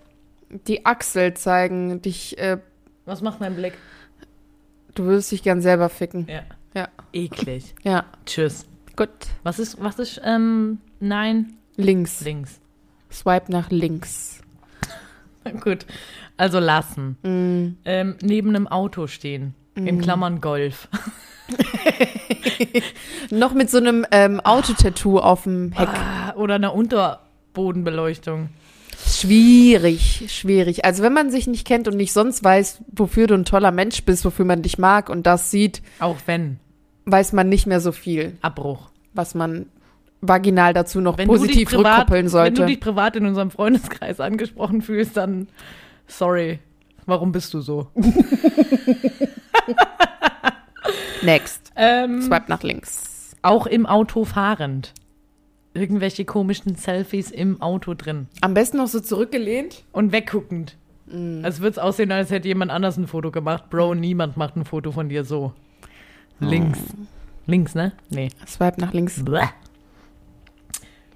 Speaker 1: Die Achsel zeigen dich. Äh,
Speaker 2: Was macht mein Blick?
Speaker 1: du würdest dich gern selber ficken.
Speaker 2: Ja.
Speaker 1: Ja.
Speaker 2: Eklig.
Speaker 1: Ja.
Speaker 2: Tschüss.
Speaker 1: Gut.
Speaker 2: Was ist, was ist, ähm, nein?
Speaker 1: Links.
Speaker 2: Links.
Speaker 1: Swipe nach links.
Speaker 2: Gut, also lassen.
Speaker 1: Mm.
Speaker 2: Ähm, neben einem Auto stehen. In Klammern Golf.
Speaker 1: Noch mit so einem ähm, Autotattoo auf dem Heck.
Speaker 2: Oder einer Ah, Unterbodenbeleuchtung.
Speaker 1: Schwierig, schwierig. Also wenn man sich nicht kennt und nicht sonst weiß, wofür du ein toller Mensch bist, wofür man dich mag und das sieht,
Speaker 2: Auch wenn.
Speaker 1: weiß man nicht mehr so viel,
Speaker 2: Abbruch.
Speaker 1: was man vaginal dazu noch
Speaker 2: Wenn
Speaker 1: positiv
Speaker 2: du dich privat,
Speaker 1: rückkoppeln
Speaker 2: Wenn du
Speaker 1: sollte.
Speaker 2: dich privat in unserem Freundeskreis angesprochen fühlst, dann sorry. Warum bist du so?
Speaker 1: Next.
Speaker 2: Ähm,
Speaker 1: Swipe nach links.
Speaker 2: auch im Auto fahrend. Irgendwelche komischen Selfies im Auto drin.
Speaker 1: Am besten noch so zurückgelehnt.
Speaker 2: Und wegguckend.
Speaker 1: Mm.
Speaker 2: Als würde es aussehen, als hätte jemand anders ein Foto gemacht. Bro, niemand macht ein Foto von dir so. Links. Links, ne? Nee.
Speaker 1: Swipe nach links.
Speaker 2: Bleh.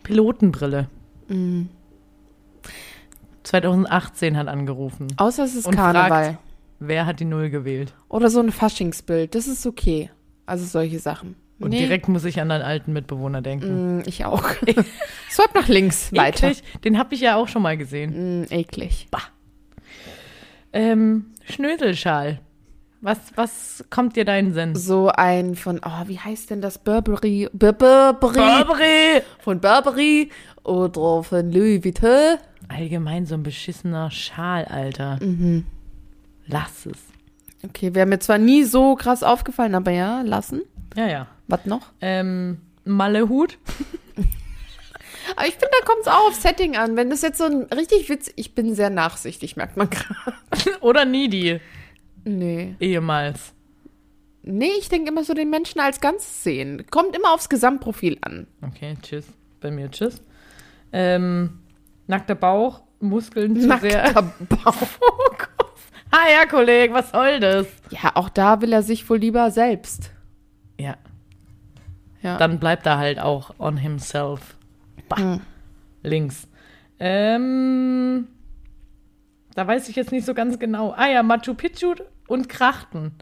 Speaker 2: Pilotenbrille.
Speaker 1: Mm.
Speaker 2: 2018 hat angerufen.
Speaker 1: Außer es ist
Speaker 2: Und
Speaker 1: Karneval.
Speaker 2: fragt- Wer hat die Null gewählt?
Speaker 1: Oder so ein Faschingsbild. Das ist okay. Also solche Sachen.
Speaker 2: Und direkt muss ich an deinen alten Mitbewohner denken.
Speaker 1: Mm, Ich auch. Swipe nach links. Weiter.
Speaker 2: Eklig, den habe ich ja auch schon mal gesehen.
Speaker 1: Mm, eklig.
Speaker 2: Ähm, Schnöselschal. Was, was kommt dir deinen Sinn?
Speaker 1: So ein von, oh, wie heißt denn das? Burberry. Bur Burberry.
Speaker 2: Burberry!
Speaker 1: von Burberry oder von Louis Vuitton.
Speaker 2: Allgemein so ein beschissener Schal, Alter.
Speaker 1: Mhm.
Speaker 2: Lass es.
Speaker 1: Okay, wäre mir zwar nie so krass aufgefallen, aber ja, lassen.
Speaker 2: Ja, ja.
Speaker 1: Was noch?
Speaker 2: Ähm, Mallehut.
Speaker 1: Aber ich finde, da kommt es auch auf Setting an. Wenn das jetzt so ein richtig Witz, ich bin sehr nachsichtig, merkt man gerade.
Speaker 2: Oder Needy.
Speaker 1: Nee.
Speaker 2: Ehemals.
Speaker 1: Nee, ich denke immer so den Menschen als Ganzes sehen. Kommt immer aufs Gesamtprofil an.
Speaker 2: Okay, tschüss. Bei mir tschüss. Ähm, nackter Bauch, Muskeln zu sehr.
Speaker 1: Nackter Bauch.
Speaker 2: Oh Gott. Ah ja, Kollege, was soll das?
Speaker 1: Ja, auch da will er sich wohl lieber selbst.
Speaker 2: Ja,
Speaker 1: Ja.
Speaker 2: dann bleibt er halt auch on himself. Bah.
Speaker 1: Mhm.
Speaker 2: Links. Ähm, da weiß ich jetzt nicht so ganz genau. Ah ja, Machu Picchu und Krachten.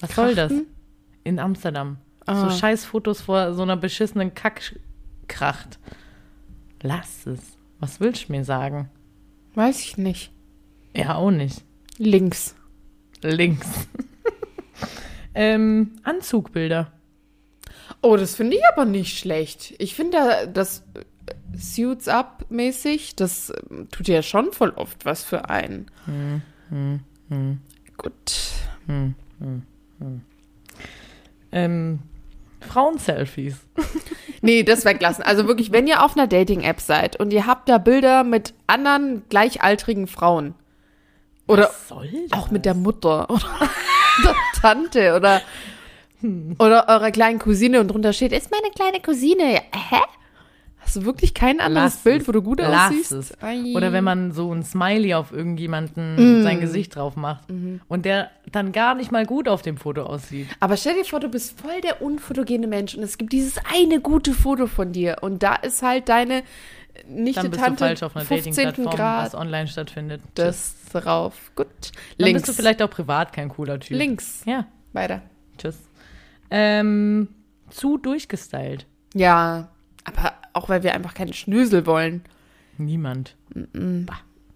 Speaker 2: Was soll das?
Speaker 1: Krachten?
Speaker 2: In Amsterdam.
Speaker 1: Ah.
Speaker 2: So scheiß Fotos vor so einer beschissenen Kackkracht. Lass es. Was willst du mir sagen?
Speaker 1: Weiß ich nicht.
Speaker 2: Ja, auch nicht.
Speaker 1: Links.
Speaker 2: Links. ähm, Anzugbilder.
Speaker 1: Oh, das finde ich aber nicht schlecht. Ich finde ja, das äh, Suits Up mäßig, das ähm, tut ja schon voll oft was für einen. Gut.
Speaker 2: Ähm, Frauen-Selfies.
Speaker 1: Nee, das weglassen. Also wirklich, wenn ihr auf einer Dating-App seid und ihr habt da Bilder mit anderen gleichaltrigen Frauen oder
Speaker 2: Was soll das?
Speaker 1: auch mit der Mutter oder der Tante oder,
Speaker 2: Hm.
Speaker 1: oder eurer kleinen Cousine und drunter steht, ist meine kleine Cousine. Hä? Hast du wirklich kein anderes
Speaker 2: Lass
Speaker 1: Bild,
Speaker 2: es.
Speaker 1: wo du gut
Speaker 2: Lass
Speaker 1: aussiehst?
Speaker 2: es.
Speaker 1: Ei. Mm.
Speaker 2: Oder wenn man so ein Smiley auf irgendjemanden sein Gesicht drauf macht
Speaker 1: Mhm.
Speaker 2: und der dann gar nicht mal gut auf dem Foto aussieht.
Speaker 1: Aber stell dir vor, du bist voll der unfotogene Mensch und es gibt dieses eine gute Foto von dir und da ist halt deine
Speaker 2: Dann
Speaker 1: Nichte
Speaker 2: bist du
Speaker 1: Tante
Speaker 2: falsch auf einer
Speaker 1: 15.
Speaker 2: Dating-Plattform, was
Speaker 1: Grad
Speaker 2: online stattfindet. Tschüss.
Speaker 1: das drauf. Gut.
Speaker 2: dann
Speaker 1: Links.
Speaker 2: bist du vielleicht auch privat kein cooler Typ.
Speaker 1: Links.
Speaker 2: Ja,
Speaker 1: Weiter.
Speaker 2: tschüss. Ähm, zu durchgestylt.
Speaker 1: Ja, aber auch weil wir einfach keine Schnösel wollen.
Speaker 2: Niemand.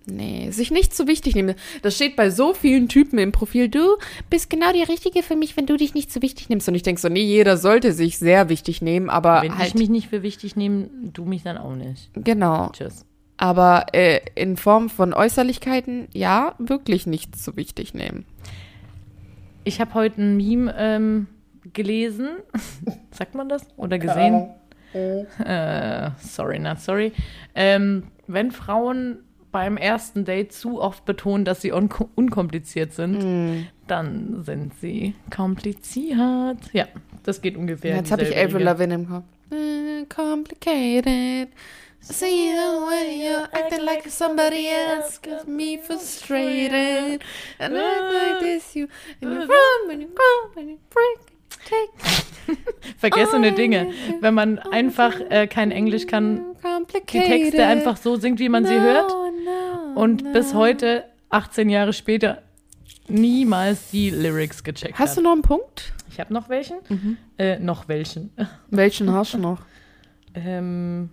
Speaker 1: Nee, sich nicht zu wichtig nehmen. Das steht bei so vielen Typen im Profil. Du bist genau die Richtige für mich, wenn du dich nicht zu wichtig nimmst. Und ich denke so, nee, jeder sollte sich sehr wichtig nehmen, aber
Speaker 2: Wenn
Speaker 1: halt.
Speaker 2: ich mich nicht für wichtig nehme, du mich dann auch nicht.
Speaker 1: genau.
Speaker 2: Tschüss.
Speaker 1: Aber äh, in Form von Äußerlichkeiten, ja, wirklich nicht zu wichtig nehmen.
Speaker 2: Ich habe heute ein Meme ähm, gelesen. Sagt man das? Oder gesehen? Äh, sorry, not sorry. Ähm, wenn Frauen beim ersten Date zu oft betonen, dass sie un unkompliziert sind,
Speaker 1: Mhm.
Speaker 2: dann sind sie kompliziert. Ja, das geht ungefähr.
Speaker 1: Jetzt habe ich
Speaker 2: dieselbe
Speaker 1: Avril
Speaker 2: Regel.
Speaker 1: Lavigne im Kopf. Mm, Complicated. See the way you're acting like somebody else got me frustrated. And I like this you in your room when you grow when you break. Take
Speaker 2: Vergessene
Speaker 1: Oh,
Speaker 2: Dinge. Wenn man einfach äh, kein Englisch
Speaker 1: Hm.
Speaker 2: kann, die
Speaker 1: complicated.
Speaker 2: Texte einfach so singt, wie man sie
Speaker 1: No,
Speaker 2: hört.
Speaker 1: no,
Speaker 2: und
Speaker 1: no.
Speaker 2: bis heute, 18 Jahre später, niemals die Lyrics gecheckt
Speaker 1: Hast du Mhm.
Speaker 2: hat.
Speaker 1: noch einen Punkt?
Speaker 2: Ich habe noch welchen. Äh, noch welchen.
Speaker 1: Welchen hast du noch?
Speaker 2: Ähm,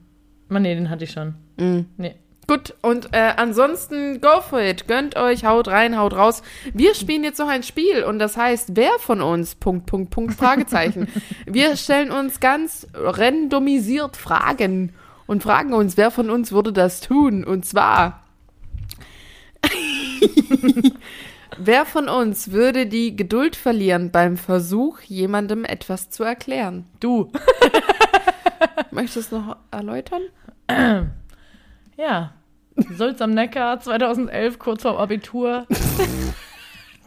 Speaker 2: Mann, nee, den hatte ich schon.
Speaker 1: Mhm.
Speaker 2: Nee.
Speaker 1: Gut, und äh, ansonsten go for it. Gönnt euch, haut rein, haut raus. Wir spielen jetzt noch ein Spiel und das heißt, wer von uns, Punkt, Punkt, Punkt, Fragezeichen. Wir stellen uns ganz randomisiert Fragen und fragen uns, wer von uns würde das tun? Und zwar, wer von uns würde die Geduld verlieren beim Versuch, jemandem etwas zu erklären?
Speaker 2: Du.
Speaker 1: Möchtest du es noch erläutern?
Speaker 2: Ja. Sulz am Neckar 2011, kurz vor Abitur.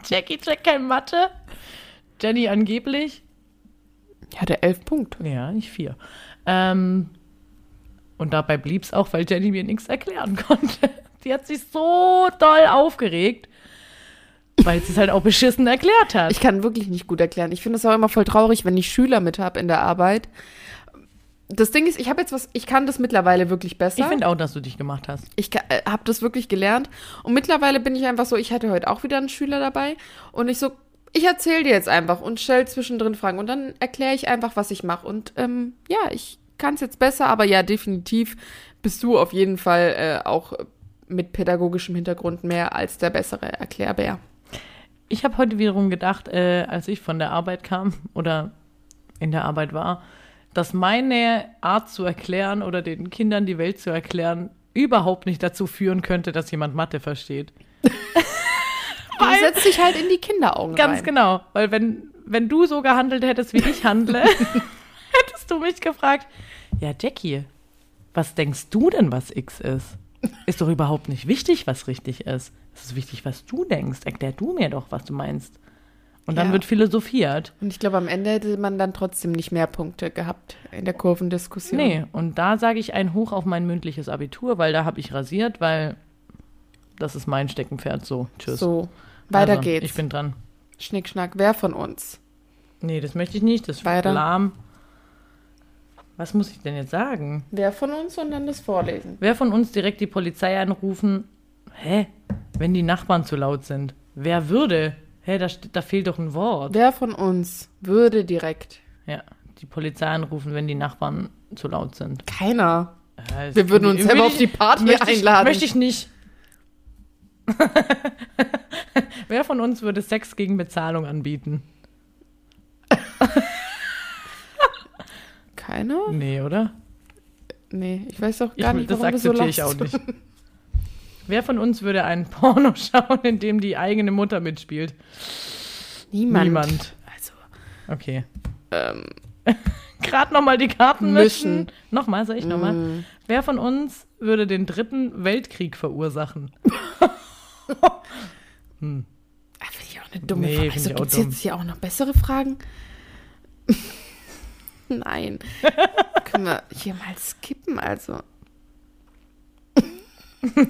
Speaker 2: Jackie checkt kein Mathe. Jenny angeblich.
Speaker 1: Ich hatte elf Punkte.
Speaker 2: Ja, nicht vier. Ähm, und dabei blieb's auch, weil Jenny mir nichts erklären konnte. Die hat sich so doll aufgeregt, weil sie es halt auch beschissen erklärt hat.
Speaker 1: Also Ich kann wirklich nicht gut erklären. Ich finde es auch immer voll traurig, wenn ich Schüler mit habe in der Arbeit. Das Ding ist, ich habe jetzt was, ich kann das mittlerweile wirklich besser.
Speaker 2: Ich finde auch, dass du dich gemacht hast.
Speaker 1: Ich habe das wirklich gelernt. Und mittlerweile bin ich einfach so, ich hatte heute auch wieder einen Schüler dabei. Und ich so, ich erzähle dir jetzt einfach und stell zwischendrin Fragen. Und dann erkläre ich einfach, was ich mache. Und ähm, ja, ich kann es jetzt besser, aber ja, definitiv bist du auf jeden Fall äh, auch mit pädagogischem Hintergrund mehr als der bessere Erklärbär.
Speaker 2: Ich habe heute wiederum gedacht, äh, als ich von der Arbeit kam oder in der Arbeit war, dass meine Art zu erklären oder den Kindern die Welt zu erklären überhaupt nicht dazu führen könnte, dass jemand Mathe versteht.
Speaker 1: Du setzt dich halt in die Kinderaugen
Speaker 2: Ganz
Speaker 1: rein.
Speaker 2: genau, weil wenn, wenn du so gehandelt hättest, wie ich handle, hättest du mich gefragt, ja Jackie, was denkst du denn, was X ist? Ist doch überhaupt nicht wichtig, was richtig ist. Es ist wichtig, was du denkst. Erklär du mir doch, was du meinst. Und dann
Speaker 1: Ja.
Speaker 2: wird philosophiert.
Speaker 1: Und ich glaube, am Ende hätte man dann trotzdem nicht mehr Punkte gehabt in der Kurvendiskussion.
Speaker 2: Nee, und da sage ich ein Hoch auf mein mündliches Abitur, weil da habe ich rasiert, weil das ist mein Steckenpferd. So, tschüss.
Speaker 1: So, weiter
Speaker 2: also,
Speaker 1: geht's.
Speaker 2: Ich bin dran.
Speaker 1: Schnick, schnack, wer von uns?
Speaker 2: Nee, das möchte ich nicht. Das war
Speaker 1: Weiter.
Speaker 2: lahm. Was muss ich denn jetzt sagen?
Speaker 1: Wer von uns und dann das Vorlesen.
Speaker 2: Wer von uns direkt die Polizei anrufen? Hä? Wenn die Nachbarn zu laut sind. Wer würde? Hä, da, steht- da fehlt doch ein Wort.
Speaker 1: Wer von uns würde direkt?
Speaker 2: Ja, die Polizei anrufen, wenn die Nachbarn zu laut sind.
Speaker 1: Keiner.
Speaker 2: Äh,
Speaker 1: Wir würden uns
Speaker 2: will
Speaker 1: selber
Speaker 2: ich-
Speaker 1: auf die Party
Speaker 2: möchte ich,
Speaker 1: einladen.
Speaker 2: Möchte ich nicht. Wer von uns würde Sex gegen Bezahlung anbieten?
Speaker 1: Keiner?
Speaker 2: Nee, oder?
Speaker 1: Nee, ich weiß auch
Speaker 2: Ich,
Speaker 1: gar nicht,
Speaker 2: das
Speaker 1: warum du so
Speaker 2: akzeptiere ich auch
Speaker 1: lachst.
Speaker 2: nicht. Wer von uns würde einen Porno schauen, in dem die eigene Mutter mitspielt?
Speaker 1: Niemand.
Speaker 2: Niemand.
Speaker 1: Also,
Speaker 2: Okay.
Speaker 1: ähm,
Speaker 2: Gerade nochmal die Karten mischen.
Speaker 1: Mischen.
Speaker 2: Nochmal, sag ich nochmal.
Speaker 1: Mm. ähm,
Speaker 2: Wer von uns würde den dritten Weltkrieg verursachen?
Speaker 1: ah, finde ich auch eine dumme
Speaker 2: Nee,
Speaker 1: Frage.
Speaker 2: finde
Speaker 1: Also,
Speaker 2: ich auch
Speaker 1: gibt es
Speaker 2: dumm.
Speaker 1: jetzt hier auch noch bessere Fragen? Nein. Können wir hier mal skippen, also.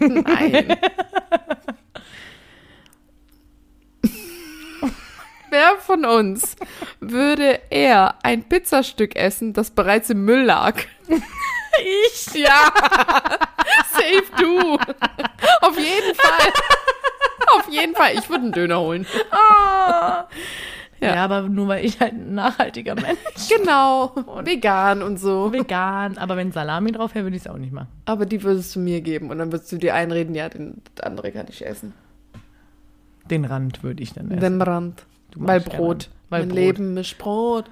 Speaker 1: Nein. Wer von uns würde eher ein Pizzastück essen, das bereits im Müll lag?
Speaker 2: Ich?
Speaker 1: Ja, safe du. Auf jeden Fall. Auf jeden Fall. Ich würde einen Döner holen.
Speaker 2: Ja.
Speaker 1: Ja.
Speaker 2: aber nur weil ich halt ein nachhaltiger Mensch
Speaker 1: Genau. Vegan und so.
Speaker 2: bin. Vegan. Aber wenn Salami drauf wäre, würde ich es auch nicht machen.
Speaker 1: Aber die würdest du mir geben und dann würdest du dir einreden, ja, den das andere kann ich essen.
Speaker 2: Den Rand würde ich dann essen.
Speaker 1: Den Rand.
Speaker 2: Du magst
Speaker 1: Weil
Speaker 2: keinen
Speaker 1: Brot.
Speaker 2: Rand. Weil
Speaker 1: mein
Speaker 2: Brot.
Speaker 1: Leben ist Brot.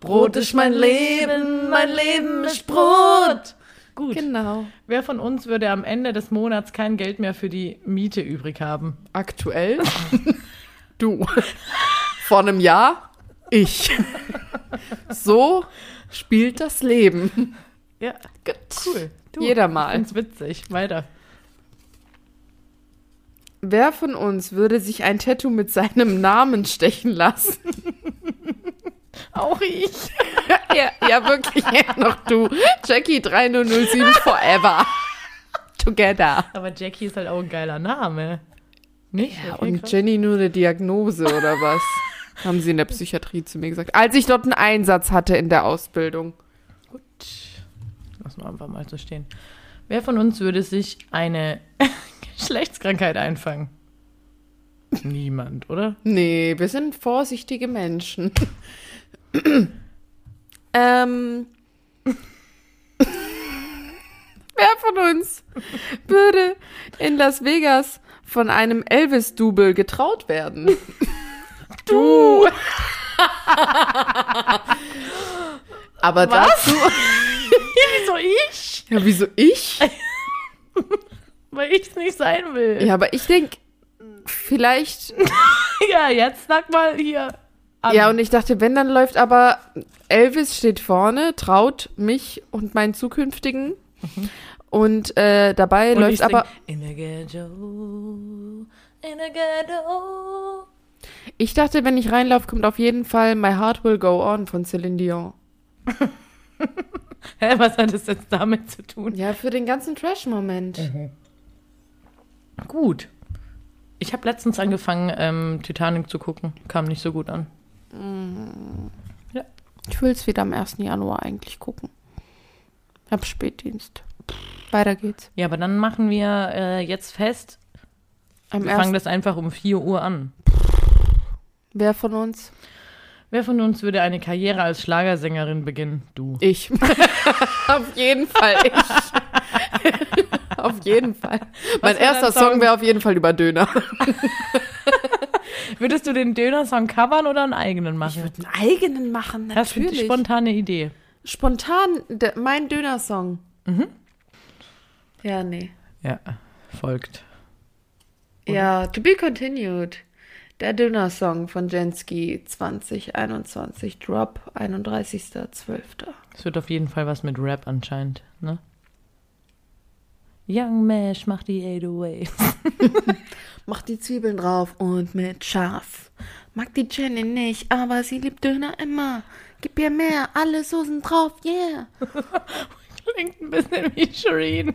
Speaker 1: Brot ist mein Leben. Mein Leben ist Brot.
Speaker 2: Gut.
Speaker 1: Genau.
Speaker 2: Wer von uns würde am Ende des Monats kein Geld mehr für die Miete übrig haben?
Speaker 1: Aktuell? du. Vor einem Jahr? Ich. so spielt das Leben.
Speaker 2: Ja,
Speaker 1: Gut.
Speaker 2: cool.
Speaker 1: Jeder mal.
Speaker 2: Ich find's witzig. Weiter.
Speaker 1: Wer von uns würde sich ein Tattoo mit seinem Namen stechen lassen?
Speaker 2: Auch ich.
Speaker 1: ja, ja, wirklich, ja, noch du. Jackie 3007 Forever. Together.
Speaker 2: Aber Jackie ist halt auch ein geiler Name. Nicht?
Speaker 1: Ja,
Speaker 2: Okay,
Speaker 1: und
Speaker 2: krass.
Speaker 1: Jenny nur eine Diagnose oder was? Haben sie in der Psychiatrie zu mir gesagt. Als ich dort einen Einsatz hatte in der Ausbildung.
Speaker 2: Lass mal einfach mal so stehen. Wer von uns würde sich eine Geschlechtskrankheit einfangen? Niemand, oder?
Speaker 1: Nee, wir sind vorsichtige Menschen. ähm. Wer von uns würde in Las Vegas von einem Elvis-Double getraut werden? Du! Aber dazu,
Speaker 2: Wieso ich?
Speaker 1: Ja, wieso ich?
Speaker 2: Weil ich es nicht sein will.
Speaker 1: Ja, aber ich denke, vielleicht.
Speaker 2: Ja, jetzt sag mal hier. an.
Speaker 1: Ja, und ich dachte, wenn, dann läuft aber Elvis steht vorne, traut mich und meinen zukünftigen. Und äh, dabei
Speaker 2: Mhm. Und ich
Speaker 1: läuft
Speaker 2: sing,
Speaker 1: aber.
Speaker 2: In the ghetto, in the ghetto.
Speaker 1: Ich dachte, wenn ich reinlaufe, kommt auf jeden Fall My Heart Will Go On von Celine Dion.
Speaker 2: Hä, was hat das jetzt damit zu tun?
Speaker 1: Ja, für den ganzen Trash-Moment.
Speaker 2: Gut. Ich habe letztens angefangen, ähm, Titanic zu gucken. Kam nicht so gut an.
Speaker 1: Ich will es wieder am 1. Januar eigentlich gucken. Ich hab Spätdienst. Weiter geht's.
Speaker 2: Ja, aber dann machen wir äh, jetzt fest.
Speaker 1: Am
Speaker 2: Wir
Speaker 1: 1.
Speaker 2: fangen das einfach um 4 Uhr an.
Speaker 1: Wer von uns?
Speaker 2: Wer von uns würde eine Karriere als Schlagersängerin beginnen? Du.
Speaker 1: Ich. auf jeden Fall ich. auf jeden Fall. mein
Speaker 2: für ein
Speaker 1: erster
Speaker 2: Song?
Speaker 1: Song wäre auf jeden Fall über Döner.
Speaker 2: Würdest du den Döner-Song covern oder einen eigenen machen?
Speaker 1: einen eigenen machen,
Speaker 2: Das ist die spontane Idee.
Speaker 1: Spontan, der- mein Döner-Song. Ja, nee.
Speaker 2: Ja, folgt.
Speaker 1: Ja, to be continued. Der Döner-Song von Jensky 2021, Drop, 31.12.
Speaker 2: Es wird auf jeden Fall was mit Rap anscheinend, ne? Young Mesh macht die 808s.
Speaker 1: Mach die Zwiebeln drauf und mit scharf. Mag die Jenny nicht, aber sie liebt Döner immer. Gib ihr mehr, alle Soßen drauf, yeah.
Speaker 2: Klingt ein bisschen wie Shireen.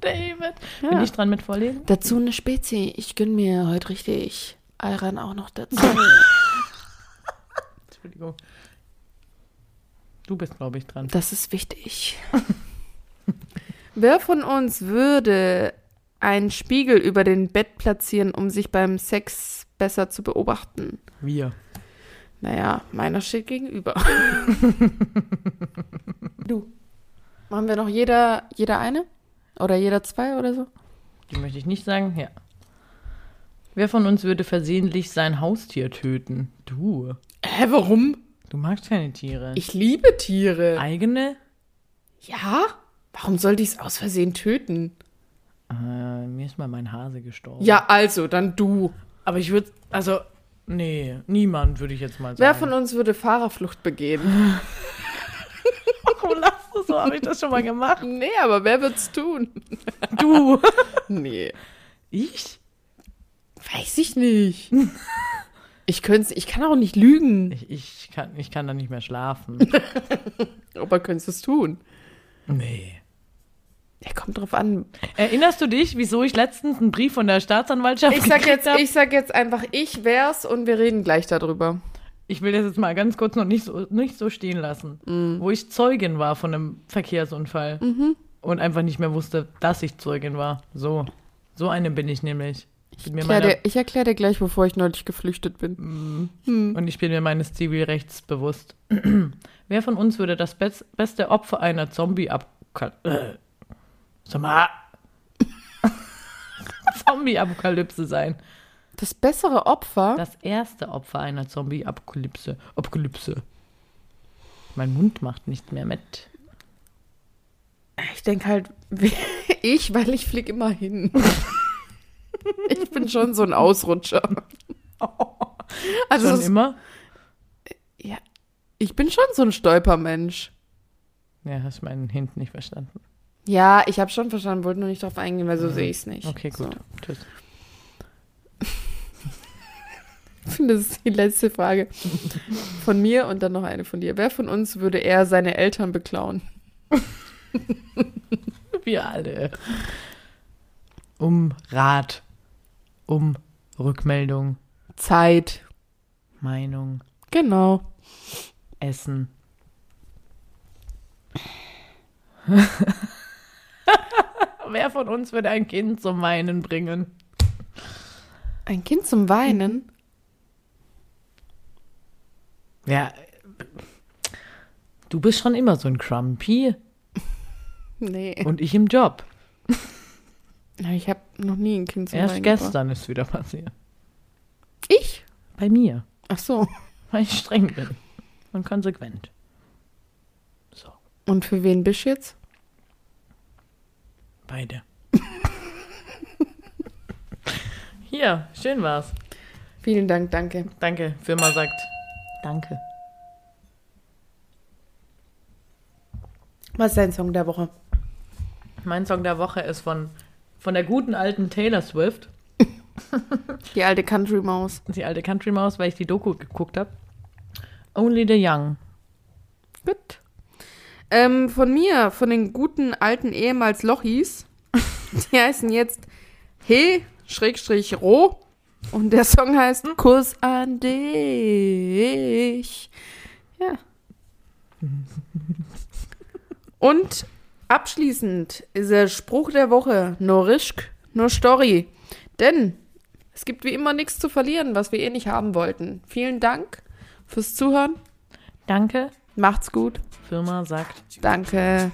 Speaker 2: David. Bin
Speaker 1: Ja.
Speaker 2: ich dran mit vorlesen?
Speaker 1: Dazu eine Spezi. Ich gönn mir heute richtig. Ayran auch noch dazu.
Speaker 2: Entschuldigung. Du bist, glaube ich, dran.
Speaker 1: Das ist wichtig. Wer von uns würde einen Spiegel über den Bett platzieren, um sich beim Sex besser zu beobachten?
Speaker 2: Wir.
Speaker 1: Naja, meiner steht gegenüber. du. Machen wir noch jeder, jeder eine? Oder jeder zwei oder so?
Speaker 2: Die möchte ich nicht sagen. Ja. Wer von uns würde versehentlich sein Haustier töten? Du.
Speaker 1: Hä, warum?
Speaker 2: Du magst keine Tiere.
Speaker 1: Ich liebe Tiere.
Speaker 2: Eigene?
Speaker 1: Ja? Warum sollte ich es aus Versehen töten?
Speaker 2: Äh, mir ist mal mein Hase gestorben.
Speaker 1: Ja, also, dann du.
Speaker 2: Aber ich würde, also, nee, niemand würde ich jetzt mal sagen.
Speaker 1: Wer von uns würde Fahrerflucht begehen?
Speaker 2: Warum lachst du so? Habe ich das schon mal gemacht?
Speaker 1: Nee, aber wer wird's tun?
Speaker 2: Du.
Speaker 1: Nee.
Speaker 2: Ich?
Speaker 1: Weiß ich nicht. Ich, könnt's, ich kann auch nicht lügen.
Speaker 2: Ich, ich, kann, ich kann da nicht mehr schlafen.
Speaker 1: Aber könntest du es tun?
Speaker 2: Nee.
Speaker 1: Ja, kommt drauf an.
Speaker 2: Erinnerst du dich, wieso ich letztens einen Brief von der Staatsanwaltschaft
Speaker 1: Ich sag,
Speaker 2: gekriegt
Speaker 1: jetzt,
Speaker 2: hab?
Speaker 1: ich sag jetzt einfach, ich wär's und wir reden gleich darüber.
Speaker 2: Ich will das jetzt mal ganz kurz noch nicht so, nicht so stehen lassen. Wo ich Zeugin war von einem Verkehrsunfall. Und einfach nicht mehr wusste, dass ich Zeugin war. So. So eine bin ich nämlich. Ich bin mir
Speaker 1: Klär
Speaker 2: meiner,
Speaker 1: dir, ich erkläre dir gleich, wovor ich neulich geflüchtet
Speaker 2: Mhm.
Speaker 1: bin.
Speaker 2: und ich bin mir meines Zivilrechts bewusst. Wer von uns würde das best, beste Opfer einer Zombie ab... Äh. Sag mal. Zombie-Apokalypse sein.
Speaker 1: Das bessere Opfer?
Speaker 2: Das erste Opfer einer Zombie-Apokalypse. Apokalypse. Mein Mund macht nicht mehr mit.
Speaker 1: ich denke halt, ich, weil ich flieg immer hin. ich bin schon so ein Ausrutscher. Also
Speaker 2: Schon
Speaker 1: es-
Speaker 2: immer?
Speaker 1: Ja, ich bin schon so ein Stolpermensch.
Speaker 2: Ja, hast meinen Hint nicht verstanden.
Speaker 1: Ja, ich habe schon verstanden, wollte nur nicht drauf eingehen, weil so sehe ich es nicht.
Speaker 2: Mhm. Okay, gut.
Speaker 1: So.
Speaker 2: Tschüss.
Speaker 1: Ich finde, das ist die letzte Frage von mir und dann noch eine von dir. Wer von uns würde eher seine Eltern beklauen?
Speaker 2: Wir alle. Um Rat. Um Rückmeldung.
Speaker 1: Zeit.
Speaker 2: Meinung.
Speaker 1: Genau.
Speaker 2: Essen. Wer von uns würde ein Kind zum Weinen bringen?
Speaker 1: Ein Kind zum Weinen?
Speaker 2: Ja. Du bist schon immer so ein Crumpy
Speaker 1: Nee.
Speaker 2: und ich im Job.
Speaker 1: Na, Ich habe noch nie ein Kind zum
Speaker 2: Erst
Speaker 1: Weinen
Speaker 2: gestern ist wieder passiert.
Speaker 1: Gebracht. Ich?
Speaker 2: Bei mir,
Speaker 1: Ach so.
Speaker 2: weil ich streng bin und konsequent. So.
Speaker 1: Und für wen bist du jetzt?
Speaker 2: Beide. Hier, schön war's.
Speaker 1: Vielen Dank, danke.
Speaker 2: Danke. Firma sagt Danke.
Speaker 1: Was ist dein Song der Woche?
Speaker 2: Mein Song der Woche ist von, von der guten alten Taylor Swift,
Speaker 1: Die alte Country Maus.
Speaker 2: die alte Country Maus, weil ich die Doku geguckt habe. Only the Young.
Speaker 1: Gut. Ähm, von mir, von den guten alten ehemals Lochis. Die heißen jetzt He, Schrägstrich, Roh. Und der Song heißt Kuss an dich. Ja. Und abschließend ist der Spruch der Woche: No Risk, no Story. Denn es gibt wie immer nichts zu verlieren, was wir eh nicht haben wollten. Vielen Dank fürs Zuhören.
Speaker 2: Danke.
Speaker 1: Macht's gut.
Speaker 2: Firma sagt
Speaker 1: Danke.